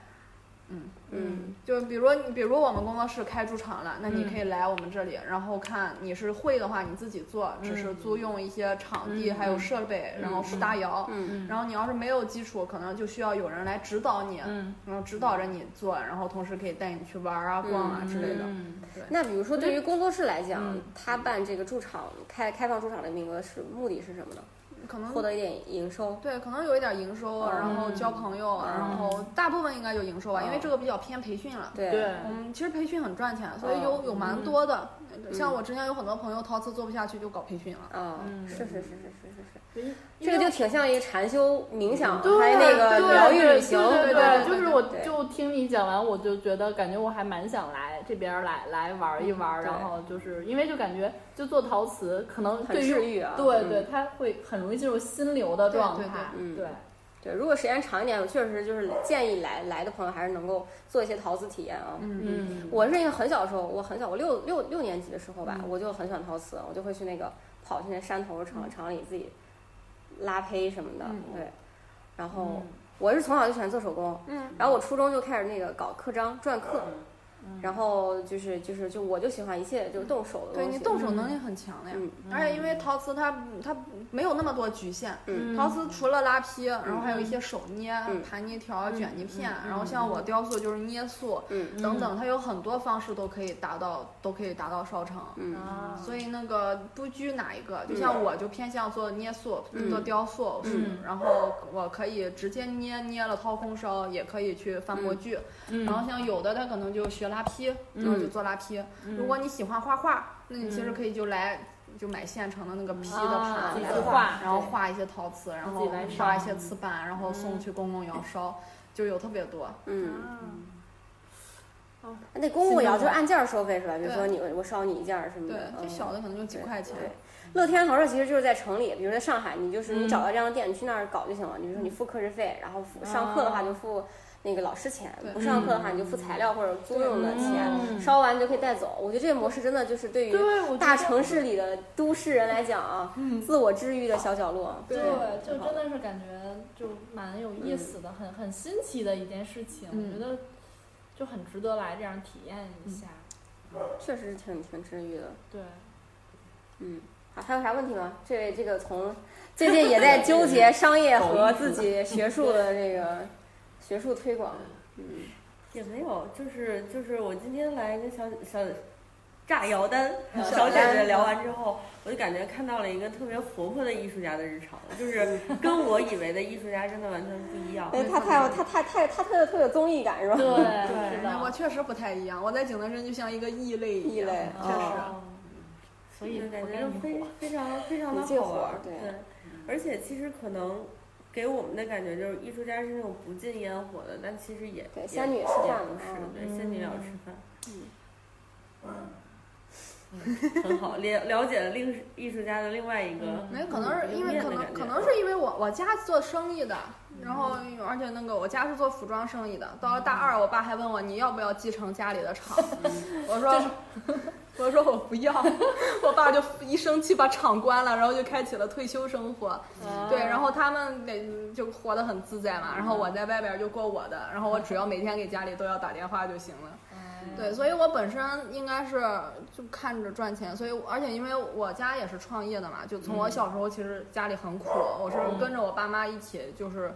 C: 嗯，
A: 嗯
C: 就比如你，比如我们工作室开驻场了，那你可以来我们这里，然后看你是会的话你自己做，只是租用一些场地
B: 嗯
C: 还有设备，然后不搭窑。
A: 嗯
C: 然后你要是没有基础，可能就需要有人来指导你，
B: 嗯
C: 然后指导着你做，然后同时可以带你去玩儿啊、逛啊之类的。
B: 嗯，
A: 那比如说，对于工作室来讲
B: 嗯，
A: 他办这个驻场开开放驻场的名额是目的是什么呢？
C: 可能
A: 获得一嗯点营收。
C: 对，可能有一点营收，啊然后交朋友，啊然
A: 嗯
C: 后大部分应该就营收吧，因为这个比较偏培训了。
A: 对，
B: 对，
C: 嗯，其实培训很赚钱，所以有有蛮多的。像我之前有很多朋友陶瓷做不下去就搞培训了。
A: 啊，
B: 嗯
A: 是是是是是是是，
B: 这
A: 这个就挺像一个禅修冥想，
B: 对
A: 还有那个
B: 对
A: 疗愈
B: 对
A: 旅行，
B: 对
C: 对
B: 就是
C: 对
B: 我
A: 对
B: 就听你讲完，我就觉得感觉我还蛮想来这边儿来来玩儿一玩儿，
A: 对
B: 然后就是因为就感觉就做陶瓷，可能
A: 很
B: 对
A: 治
B: 于
A: 愈啊。
B: 对
A: 嗯
B: 对，它会很容易进入心流的状
C: 对
B: 态
C: 对，
A: 对
B: 对，
A: 对，如果时间长一点，我确实就是建议来来的朋友还是能够做一些陶瓷体验啊。
C: 嗯，
B: 嗯，
A: 我是因为很小的时候，我很小，我六六六年级的时候吧，我就很喜欢陶瓷，我就会去那个跑去那山头
B: 嗯
A: 厂厂里自己拉胚什么的，
C: 嗯
A: 对。然
B: 嗯
A: 后我是从小就喜欢做手工，
C: 嗯，
A: 然后我初中就开始那个搞刻章篆刻，
C: 嗯
A: 然后就是就是就我就喜欢一切就是动手的东
C: 对
A: 西，
C: 你动手能力很强的呀
A: 嗯，
C: 而且因为陶瓷它它没有那么多局限。
A: 嗯
C: 陶瓷除了拉坯，然后还有一些手捏、啊盘泥条、
B: 嗯
C: 卷泥片，啊
B: 嗯嗯
C: 然后像我雕塑就是捏塑，
A: 嗯
C: 等等，它有很多方式都可以达到，都可以达到烧成。
A: 嗯
B: 啊，
C: 所以那个不拘哪一个，就像我就偏向做捏塑、
A: 嗯
C: 做雕塑，
B: 嗯
C: 然后我可以直接捏，捏了掏空烧，也可以去翻模具。
B: 嗯
C: 然后像有的他可能就学拉坯，然后就做拉坯。
B: 嗯
C: 如果你喜欢画画，那你其实可以就来。就买现成的那个坯的
B: 啊
C: 盘
B: 自己
C: 来
B: 画
C: 然后画一些陶瓷，然
B: 自
C: 后
B: 己来烧嗯
C: 画一些瓷板，然后送去公共窑烧，就有特别多。啊
A: 嗯，那公共窑就是按件儿收费是吧？比如说你我烧你一件儿什么
C: 啊对
A: 的，，
C: 最
A: 嗯
C: 小的可能就几块钱。
A: 对，乐天陶社其实就是在城里，比如在
C: 嗯
A: 上海，你就是你找到这样的店，你去那儿搞就行了。你比如说你付课时费，然后付上课的话就付那个老师钱
C: 啊对，嗯
A: 不上课的话你就付材料或者租用的
B: 嗯
A: 钱，烧完你就可以带走。我觉得这个模式真的就是对于
B: 对，我觉得
A: 大城市里的都市人来讲啊，自我治愈的小角落。
B: 对，就
A: 挺好
B: 真的是感觉就蛮有意思的，很很新奇的一件事情，
C: 嗯
B: 我觉得就很值得来这样体验一下。
A: 确实是挺挺治愈的。
B: 对，
A: 嗯，好，还有啥问题吗？这位这个从最近也在纠结商业和自己学术的这个学术推广，嗯，
D: 也没有，就是就是我今天来跟小小炸姚丹
A: 小
D: 小姐
A: 丹
D: 姐聊完之后，我就感觉看到了一个特别活泼的艺术家的日常，就是跟我以为的艺术家真的完全不一样。
A: 他太有他太太他特特有综艺感是吧？
B: 对，是
C: 哎我
B: 的，
C: 确实不太一样，我在景德镇就像一个异类一
A: 异
C: 样，
A: 类
C: 确实。
A: 哦
B: 所以
D: 就感
B: 我
D: 觉
B: 跟你
D: 非
B: 火。
D: 非常非常的
A: 你最
D: 好玩
A: 火
D: 儿，
A: 对
D: 而且其实可能给我们的感觉就是艺术家是那种不进烟火的，但其实也
A: 对
D: 也
A: 仙女
D: 也
A: 吃饭
D: 不是
A: 嗯，
D: 对仙女要吃饭。
A: 嗯
D: 嗯很好，了了解了另艺术家的另外一
B: 嗯
D: 个，
C: 没，可能是因为
D: 嗯有面
C: 可
D: 的
C: 能
D: 感觉嗯
C: 可能是因为我我家做生意的，然后而且那个我家是做服装生意的，到了大二，我爸还问我你要不要继承家里的厂，
D: 嗯
C: 我说我说我不要， 我爸就一生气把厂关了，然后就开启了退休生活，嗯对，然后他们得就活得很自在嘛，
D: 嗯
C: 然后我在外边就过我的，然后我只要每天给家里都要打电话就行了。
B: 哎
C: 对，所以我本身应该是就看着赚钱，所以而且因为我家也是创业的嘛，就从我小时候其实家里很苦，我是跟着我爸妈一起就是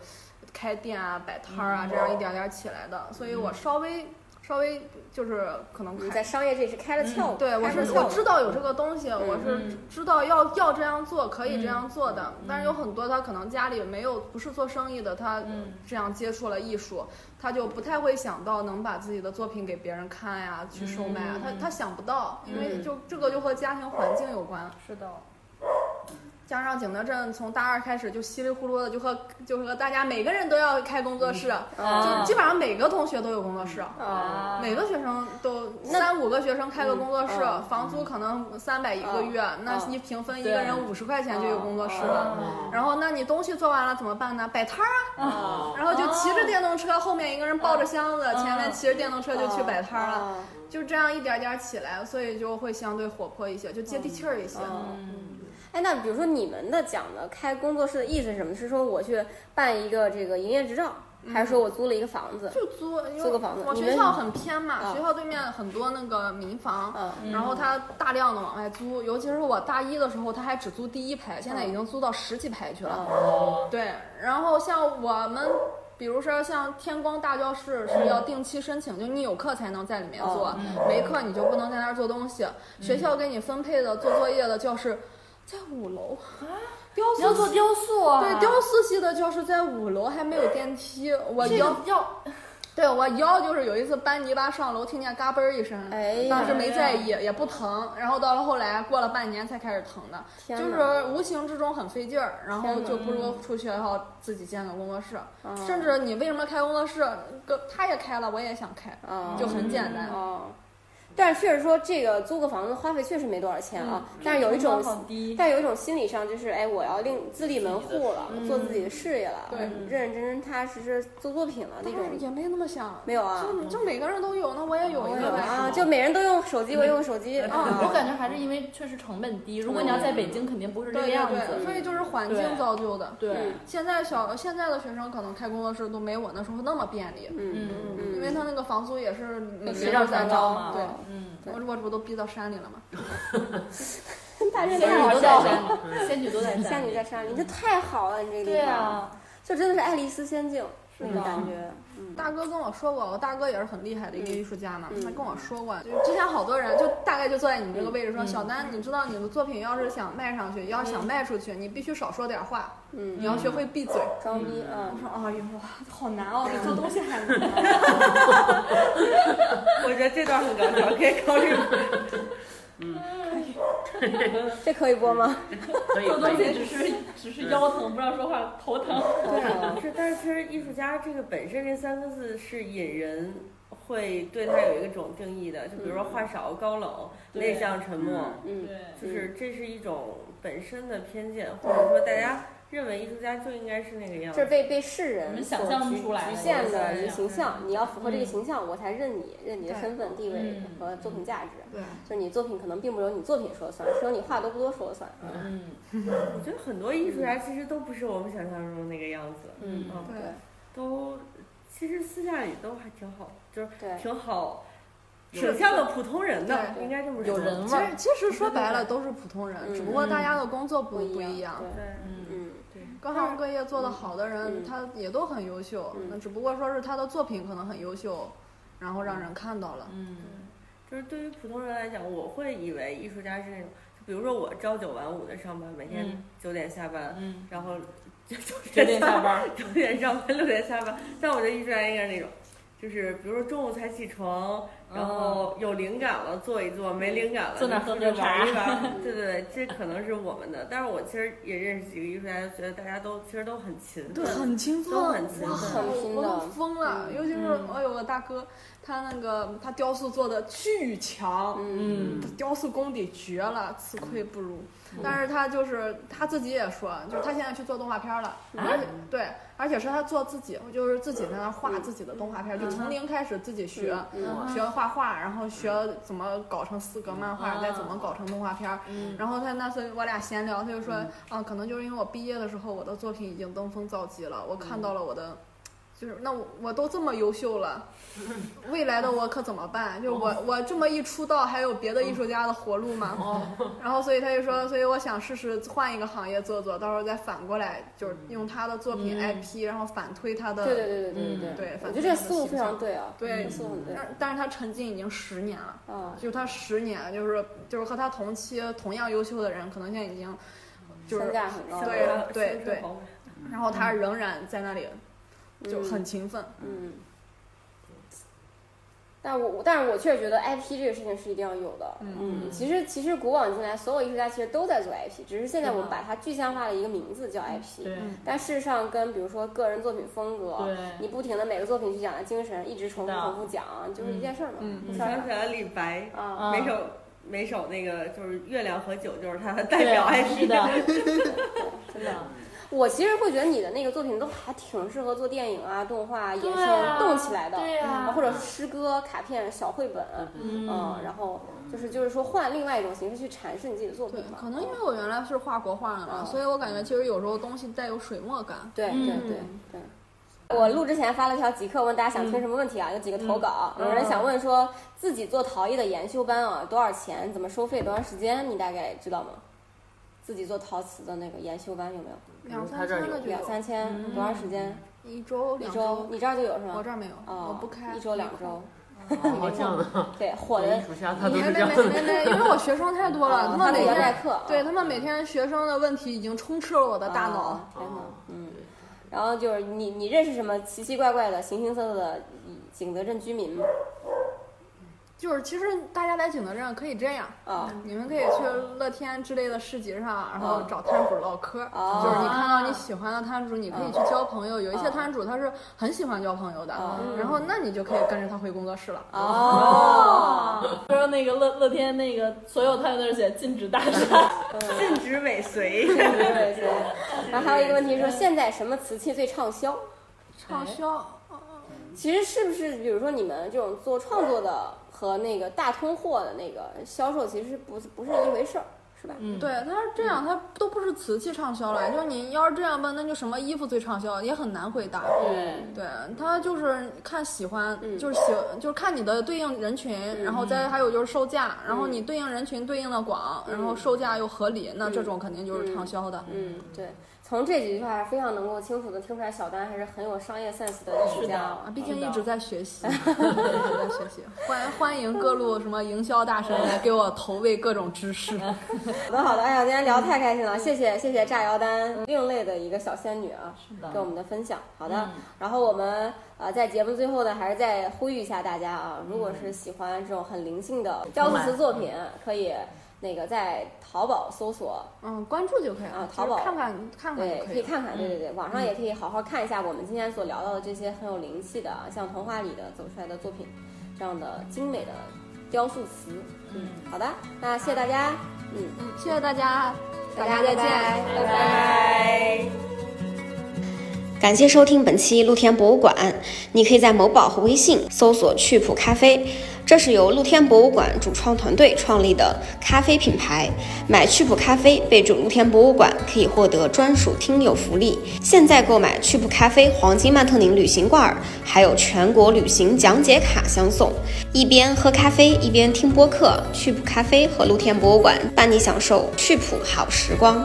C: 开店啊、摆摊儿啊，这样一点点起来的，所以我稍微稍微就是可能
A: 你
C: 还
A: 在商业这是开了窍，
C: 对，我
A: 开了
C: 是
A: 窍
C: 我知道有这个东西，我
B: 嗯
C: 是知道要要这样做，可以这样做的。但是有很多他可能家里没有不是做生意的，他
B: 嗯
C: 这样接触了艺术，他就不太会想到能把自己的作品给别人看呀，去售卖
A: 嗯
C: 啊，他他想不到，因为就这个就和家庭环境有关。
B: 是的，
C: 加上景德镇从大二开始就稀里糊涂的就和就和大家每个人都要开工作室，
B: 啊
A: 嗯
C: 就基本上每个同学都有工作室。
A: 啊，
C: 每个学生都三五个学生开个工作室，
A: 嗯
C: 房租可能三百一个月，那你平分一
B: 对
C: 个人五十块钱就有工作室了。
A: 嗯
B: 啊
C: 然后，那你东西做完了怎么办呢？摆摊儿啊！
E: 啊
C: 然后就骑
A: 哦
C: 着电动车，后面一个人抱着箱子，前面骑着电动车就去摆摊儿了。
A: 啊
C: 就这样一点点起来，所以就会相对活泼一些，就接地气儿一些。
A: 嗯
B: 嗯，
A: 哎，那比如说你们的讲的开工作室的意思是什么？是说我去办一个这个营业执照，还是说我租了一个房子？
C: 嗯就租，因为
A: 租个房子
C: 我
A: 你
C: 学
A: 们
C: 校很偏嘛，
A: 啊
C: 学校对面很多那个民房，
A: 嗯
C: 然后他大量的往外租，尤其是我大一的时候，他还只租第一排，现在已经租到十几排去了。
E: 哦，
C: 对，然后像我们，比如说像天光大教室是要定期申请，就你有课才能在里面做，没课你就不能在那儿做东西。学校给你分配的做作业的教室在五楼，雕
B: 你要
C: 塑。
B: 做雕塑啊？
C: 对，雕塑系的教室在五楼，还没有电梯。我
B: 这
C: 腰
B: 个，要
C: 对我腰就是有一次搬泥巴上楼，听见嘎嘣儿一声，
A: 哎呀
C: 当时没在意，也不疼。然后到了后来，过了半年才开始疼的，
A: 天
C: 就是
A: 哪
C: 无形之中很费劲儿。然后
A: 天哪
C: 就不如出学校自己建个工作室，
A: 嗯
C: 甚至你为什么开工作室？跟他也开了，我也想开，
A: 啊，
C: 就很简单。
A: 哦，但是确实说这个租个房子花费确实没多少钱啊，
C: 嗯
A: 但是有一种
B: 成本好低
A: 但有一种心理上就是，哎，我要另自立门户了，做自己的事业了，
C: 嗯对
A: 认认真真踏踏实实做作品了那
C: 但是
A: 种，
C: 也没那么想，
A: 没有啊
C: 就就每个人都有，那我也有一嗯
A: 没
C: 个
A: 有
C: 呗。
A: 啊，就每人都用手机，我用手机啊，
B: 哦我感觉还是因为确实成本低，如果你要在北京，肯定不是这
C: 对
B: 个
C: 对
B: 样
C: 对，
B: 子。
C: 所以就是环
B: 对
C: 境造就的。
B: 对，
C: 现在小现在的学生可能开工作室都没我那时候那么便利，
A: 嗯
B: 嗯
A: 嗯，
C: 因为他那个房租也是每
B: 水
C: 年
B: 涨
C: 都在
B: 船高嘛
C: 涨。对，
B: 嗯，
C: 我我这不都逼到山里了吗？
A: 大热
B: 仙女
A: 天
B: 都
A: 好
B: 在
A: 像
B: 山，仙女都在
A: 像
B: 山
A: 你
B: 里。
A: 在山里，这太好了，你这个
B: 嗯对
A: 地方，
B: 啊，
A: 就真的是爱丽丝仙境
B: 是
A: 那
B: 的
A: 种感觉，
C: 大哥跟我说过，我大哥也是很厉害的一个艺术家嘛，
A: 嗯
C: 他跟我说过，就之前好多人就大概就坐在你这个位置说，
B: 嗯
C: 小丹，你知道你的作品要是想卖上去，要想卖出去，你必须少说点话，
A: 嗯
C: 你，要学会闭嘴。
A: 装逼啊
C: 我。说，哎呦，哇好难 哦，比做东西还难。
D: 我觉得这段很搞笑，可以考 虑。
A: 这可以播吗？
E: 可以
B: 做
E: 可
B: 东西
E: 以，
B: 只是只是腰疼，不知道说话头疼。
C: 哦
A: 对，
D: 是，但是其实艺术家这个本身这三个字是引人会对他有一种定义的，就比如说话少、高冷、
B: 对
D: 内向、沉默，
A: 嗯，
B: 对，啊
D: 就是这是一种本身的偏见，或者说大家认为艺术家就应该是那个样子
A: 这是。被被世
B: 我
A: 人
B: 们
A: 所
B: 想象
A: 局
B: 出来的
A: 局限的
B: 这
A: 一个
B: 样
A: 形象，你要符合这个
B: 嗯
A: 形象，我才认你，认你的
C: 对
A: 身份地位
B: 嗯
A: 和作品价值。
C: 对，
A: 就是你作品可能并不由你作品说了算，是由你话多不多说了算。
B: 嗯
D: 我觉得很多艺术家其实都不是我们想象中的那个样子，
B: 嗯
D: 嗯，
C: 对，
D: 都其实私下里都还挺好，就是
A: 对
D: 挺好，
C: 是
D: 挺像个普通人的，
A: 对
D: 应该这么说。
B: 有人
C: 其
B: 味
C: 实
B: 儿，
C: 其实说白了都是普通人，
A: 嗯
C: 只不过大家的工作不
A: 不
C: 不
A: 一
C: 一样。
A: 对，
D: 对，
B: 嗯
A: 嗯，
C: 各行各业做得好的
A: 嗯
C: 人，他也都很优秀
A: 嗯，
C: 那只不过说是他的作品可能很优秀，然后让人看到了。
B: 嗯
D: 就是对于普通人来讲，我会以为艺术家是那种，就比如说我朝九晚五的上班，每天
B: 嗯
D: 九点下班，
B: 嗯，
D: 然后就
B: 九点下班，
D: 九点上班，六点下班。但我的艺术家应该是那种，就是比如说中午才起床，然后有灵感了坐一坐，没灵感了
B: 哦嗯坐那儿
D: 就
B: 喝
D: 出
B: 杯
D: 去玩
B: 茶
D: 一 玩。对对对，这可能是我们的。但是我其实也认识几个艺术家，就觉得大家都其实都很啊勤奋，
C: 很勤奋，
D: 都很勤奋
C: 哇嗯
A: 很勤奋
C: 我都疯了。
A: 嗯
C: 尤其是哎
B: 嗯
C: 我有个大哥，他那个他雕塑做的巨强，
A: 嗯
B: 嗯
C: 雕塑功底绝了，此愧不如。
B: 嗯
C: 但是他就是他自己也说，就是他现在去做动画片了，
A: 啊
C: 而且对，而且是他做自己，就是自己在那画
A: 嗯
C: 自己的动画片，
B: 嗯
C: 就从零开始自己学。
A: 嗯
B: 嗯
C: 学画画，然后学怎么搞成四格漫画，
B: 嗯
C: 再怎么搞成动画片儿。
B: 嗯
C: 然后他那次我俩闲聊，他就说，啊，可能就是因为我毕业的时候，我的作品已经登峰造极了，我看
B: 嗯
C: 到了我的，就是那我我都这么优秀了，未来的我可怎么办？就我我这么一出道，还有别的艺术家的活路吗？
B: 哦
C: 然后所以他就说，所以我想试试换一个行业做做，到时候再反过来，就是用他的作品
B: 嗯
C: IP，然后反推他的
A: 对对对对对对
B: 嗯
C: 对
A: 我
C: 反
A: 觉得这个
C: 正是
A: 思路
C: 形
A: 非常
C: 象
A: 对啊，
C: 对嗯
A: 这个思路很对。
C: 但但是他沉浸已经十年了，
A: 啊，
C: 就是他十年，就是就是和他同期同样优秀的人，可能现在已经就是
A: 身，价很高，
B: 嗯
C: 对
D: 像
C: 对
D: 像
C: 对
D: 好美
C: 然后他仍然在那里
A: 嗯
C: 就很勤奋。
A: 嗯。 但我但是我确实觉得 IP 这个事情是一定要有的。
C: 嗯
A: 其实其实古往今来，所有艺术家其实都在做 IP，只是现在我们
B: 是的
A: 把它具象化了一个名字叫 IP。
B: 对
A: 但事实上，跟比如说个人作品风格，
B: 对
A: 嗯你不停的每个作品去讲的精神，一直重复
B: 是的
A: 重复讲，就是一件事儿嘛。
C: 嗯
D: 我
A: 事儿
D: 想
A: 嘛
D: 起来李白，
A: 啊，
E: 嗯
B: 啊
D: 每首每首那个就是《月亮和酒》就是他的代表
B: 对啊
D: IP
B: 是的，
A: 真的。我其实会觉得你的那个作品都还挺适合做电影啊、动画、衍
B: 对啊
A: 生、动起来的，
B: 对啊
A: 啊或者是诗歌、卡片、小绘本，嗯，然后就是就是说换另外一种形式去阐释你自己的作
C: 对
A: 品，嘛，
C: 可能因为我原来是画国画的嘛，
A: 嗯
C: 所以我感觉其实有时候东西带有水墨感。
A: 对对
B: 嗯
A: 对对。我录之前发了条即刻问大家想
C: 嗯
A: 听什么问题啊，有几个投稿，有人想问说自己做陶艺的研修班啊多少钱，怎么收费，多长时间，你大概知道吗？自己做陶瓷的那个研修班有没有？
C: 两
E: 他
C: 三
E: 这儿
C: 千的
E: 有
C: 就
A: 两
C: 有，
A: 三千，多长时间？
C: 一周
A: 一
C: 嗯两
A: 周，你这儿就有是吗？
C: 我这儿没有，
A: 哦
C: 我不开
A: 一周两周，
C: 嗯
E: 好像呢，
A: 对，火
D: 嗯
A: 的
E: 艺术家他
C: 没
E: 都
C: 没
E: 是这
C: 没
E: 样
C: 没
E: 的。
C: 没，因为我学生哦太多了，嗯
A: 啊
C: 嗯他
A: 他
C: 们
A: 得
C: 每
A: 连
C: 天
A: 代课啊，
C: 对他们每天学生的问题已经充斥了我的大脑。
A: 啊，天哪
E: 哦，
A: 嗯
E: 对。
A: 然后就是你，你认识什么奇奇怪怪的、形形色色的景德镇居民吗？
C: 就是其实大家来景德镇可以这样，
A: 啊
C: 你们可以去乐天之类的市集上，然
D: 嗯
C: 后找摊主唠嗑儿。
A: 哦
C: 就是你看到你喜欢的摊主，你可以
D: 嗯
C: 去交朋友。有一些
A: 哦
C: 摊主他是很喜欢交朋友的
A: 哦，
D: 嗯
C: 然后那你就可以跟着他回工作室了。
D: 哦
A: 哦，
B: 就是那个乐乐天那个所有他们那儿写禁止搭讪，
D: 禁止尾随。
A: 对对对。然后还有一个问题说，现在什么瓷器最畅销？
C: 畅销，
A: 其实是不是，比如说你们这种做创作的和那个大通货的那个销售，其实不是不是一回事儿，是吧？
B: 嗯
C: 对，他是这样，他都不是瓷器畅销了。就是你要是这样问，那就什么衣服最畅销也很难回答。
B: 对
C: 对他就是看喜欢，
A: 嗯
C: 就是喜就是看你的对应人群，然后再还有就是售价，
A: 嗯
C: 然后你对应人群对应的广，然后售价又合理，那这种肯定就是畅销的。
A: 嗯，对。从这几句话非常能够清楚的听出来，小丹还是很有商业 sense 的艺术家啊。
C: 啊，毕竟一直在 学习，一直在学习，欢欢迎各路什么营销大神来给我投喂各种知识。
A: 嗯好的，好的，哎呀，今天
B: 嗯
A: 聊太开心了，谢谢谢谢炸药丹，另类的一个小仙女啊，
B: 是的
A: 跟我们的分享。好的，
B: 嗯
A: 然后我们呃在节目最后呢，还是再呼吁一下大家啊，如
B: 嗯
A: 果是喜欢这种很灵性的雕塑
E: 买
A: 词作品，可以那个在淘宝搜索，
C: 嗯，关注就可以了，
A: 啊
C: 就是
A: 淘宝
C: 看看看看
A: 对
C: 就，
A: 可
C: 可
A: 以嗯
C: 以了。
A: 看看，对对对，网上也可以好好看一下我们今天所聊到的这些很有灵气的啊，像童话里的走出来的作品，这样的精美的雕塑词。嗯，好的，那谢谢大家，嗯。
C: 嗯，谢谢大家，
A: 大家再见，拜
D: 拜。
F: 感谢收听本期露天博物馆。你可以在某宝和微信搜索“趣普咖啡”，这是由露天博物馆主创团队创立的咖啡品牌。买趣普咖啡备注“露天博物馆”，可以获得专属听友福利。现在购买趣普咖啡黄金曼特宁旅行罐儿，还有全国旅行讲解卡相送。一边喝咖啡，一边听播客，趣普咖啡和露天博物馆伴你享受趣普好时光。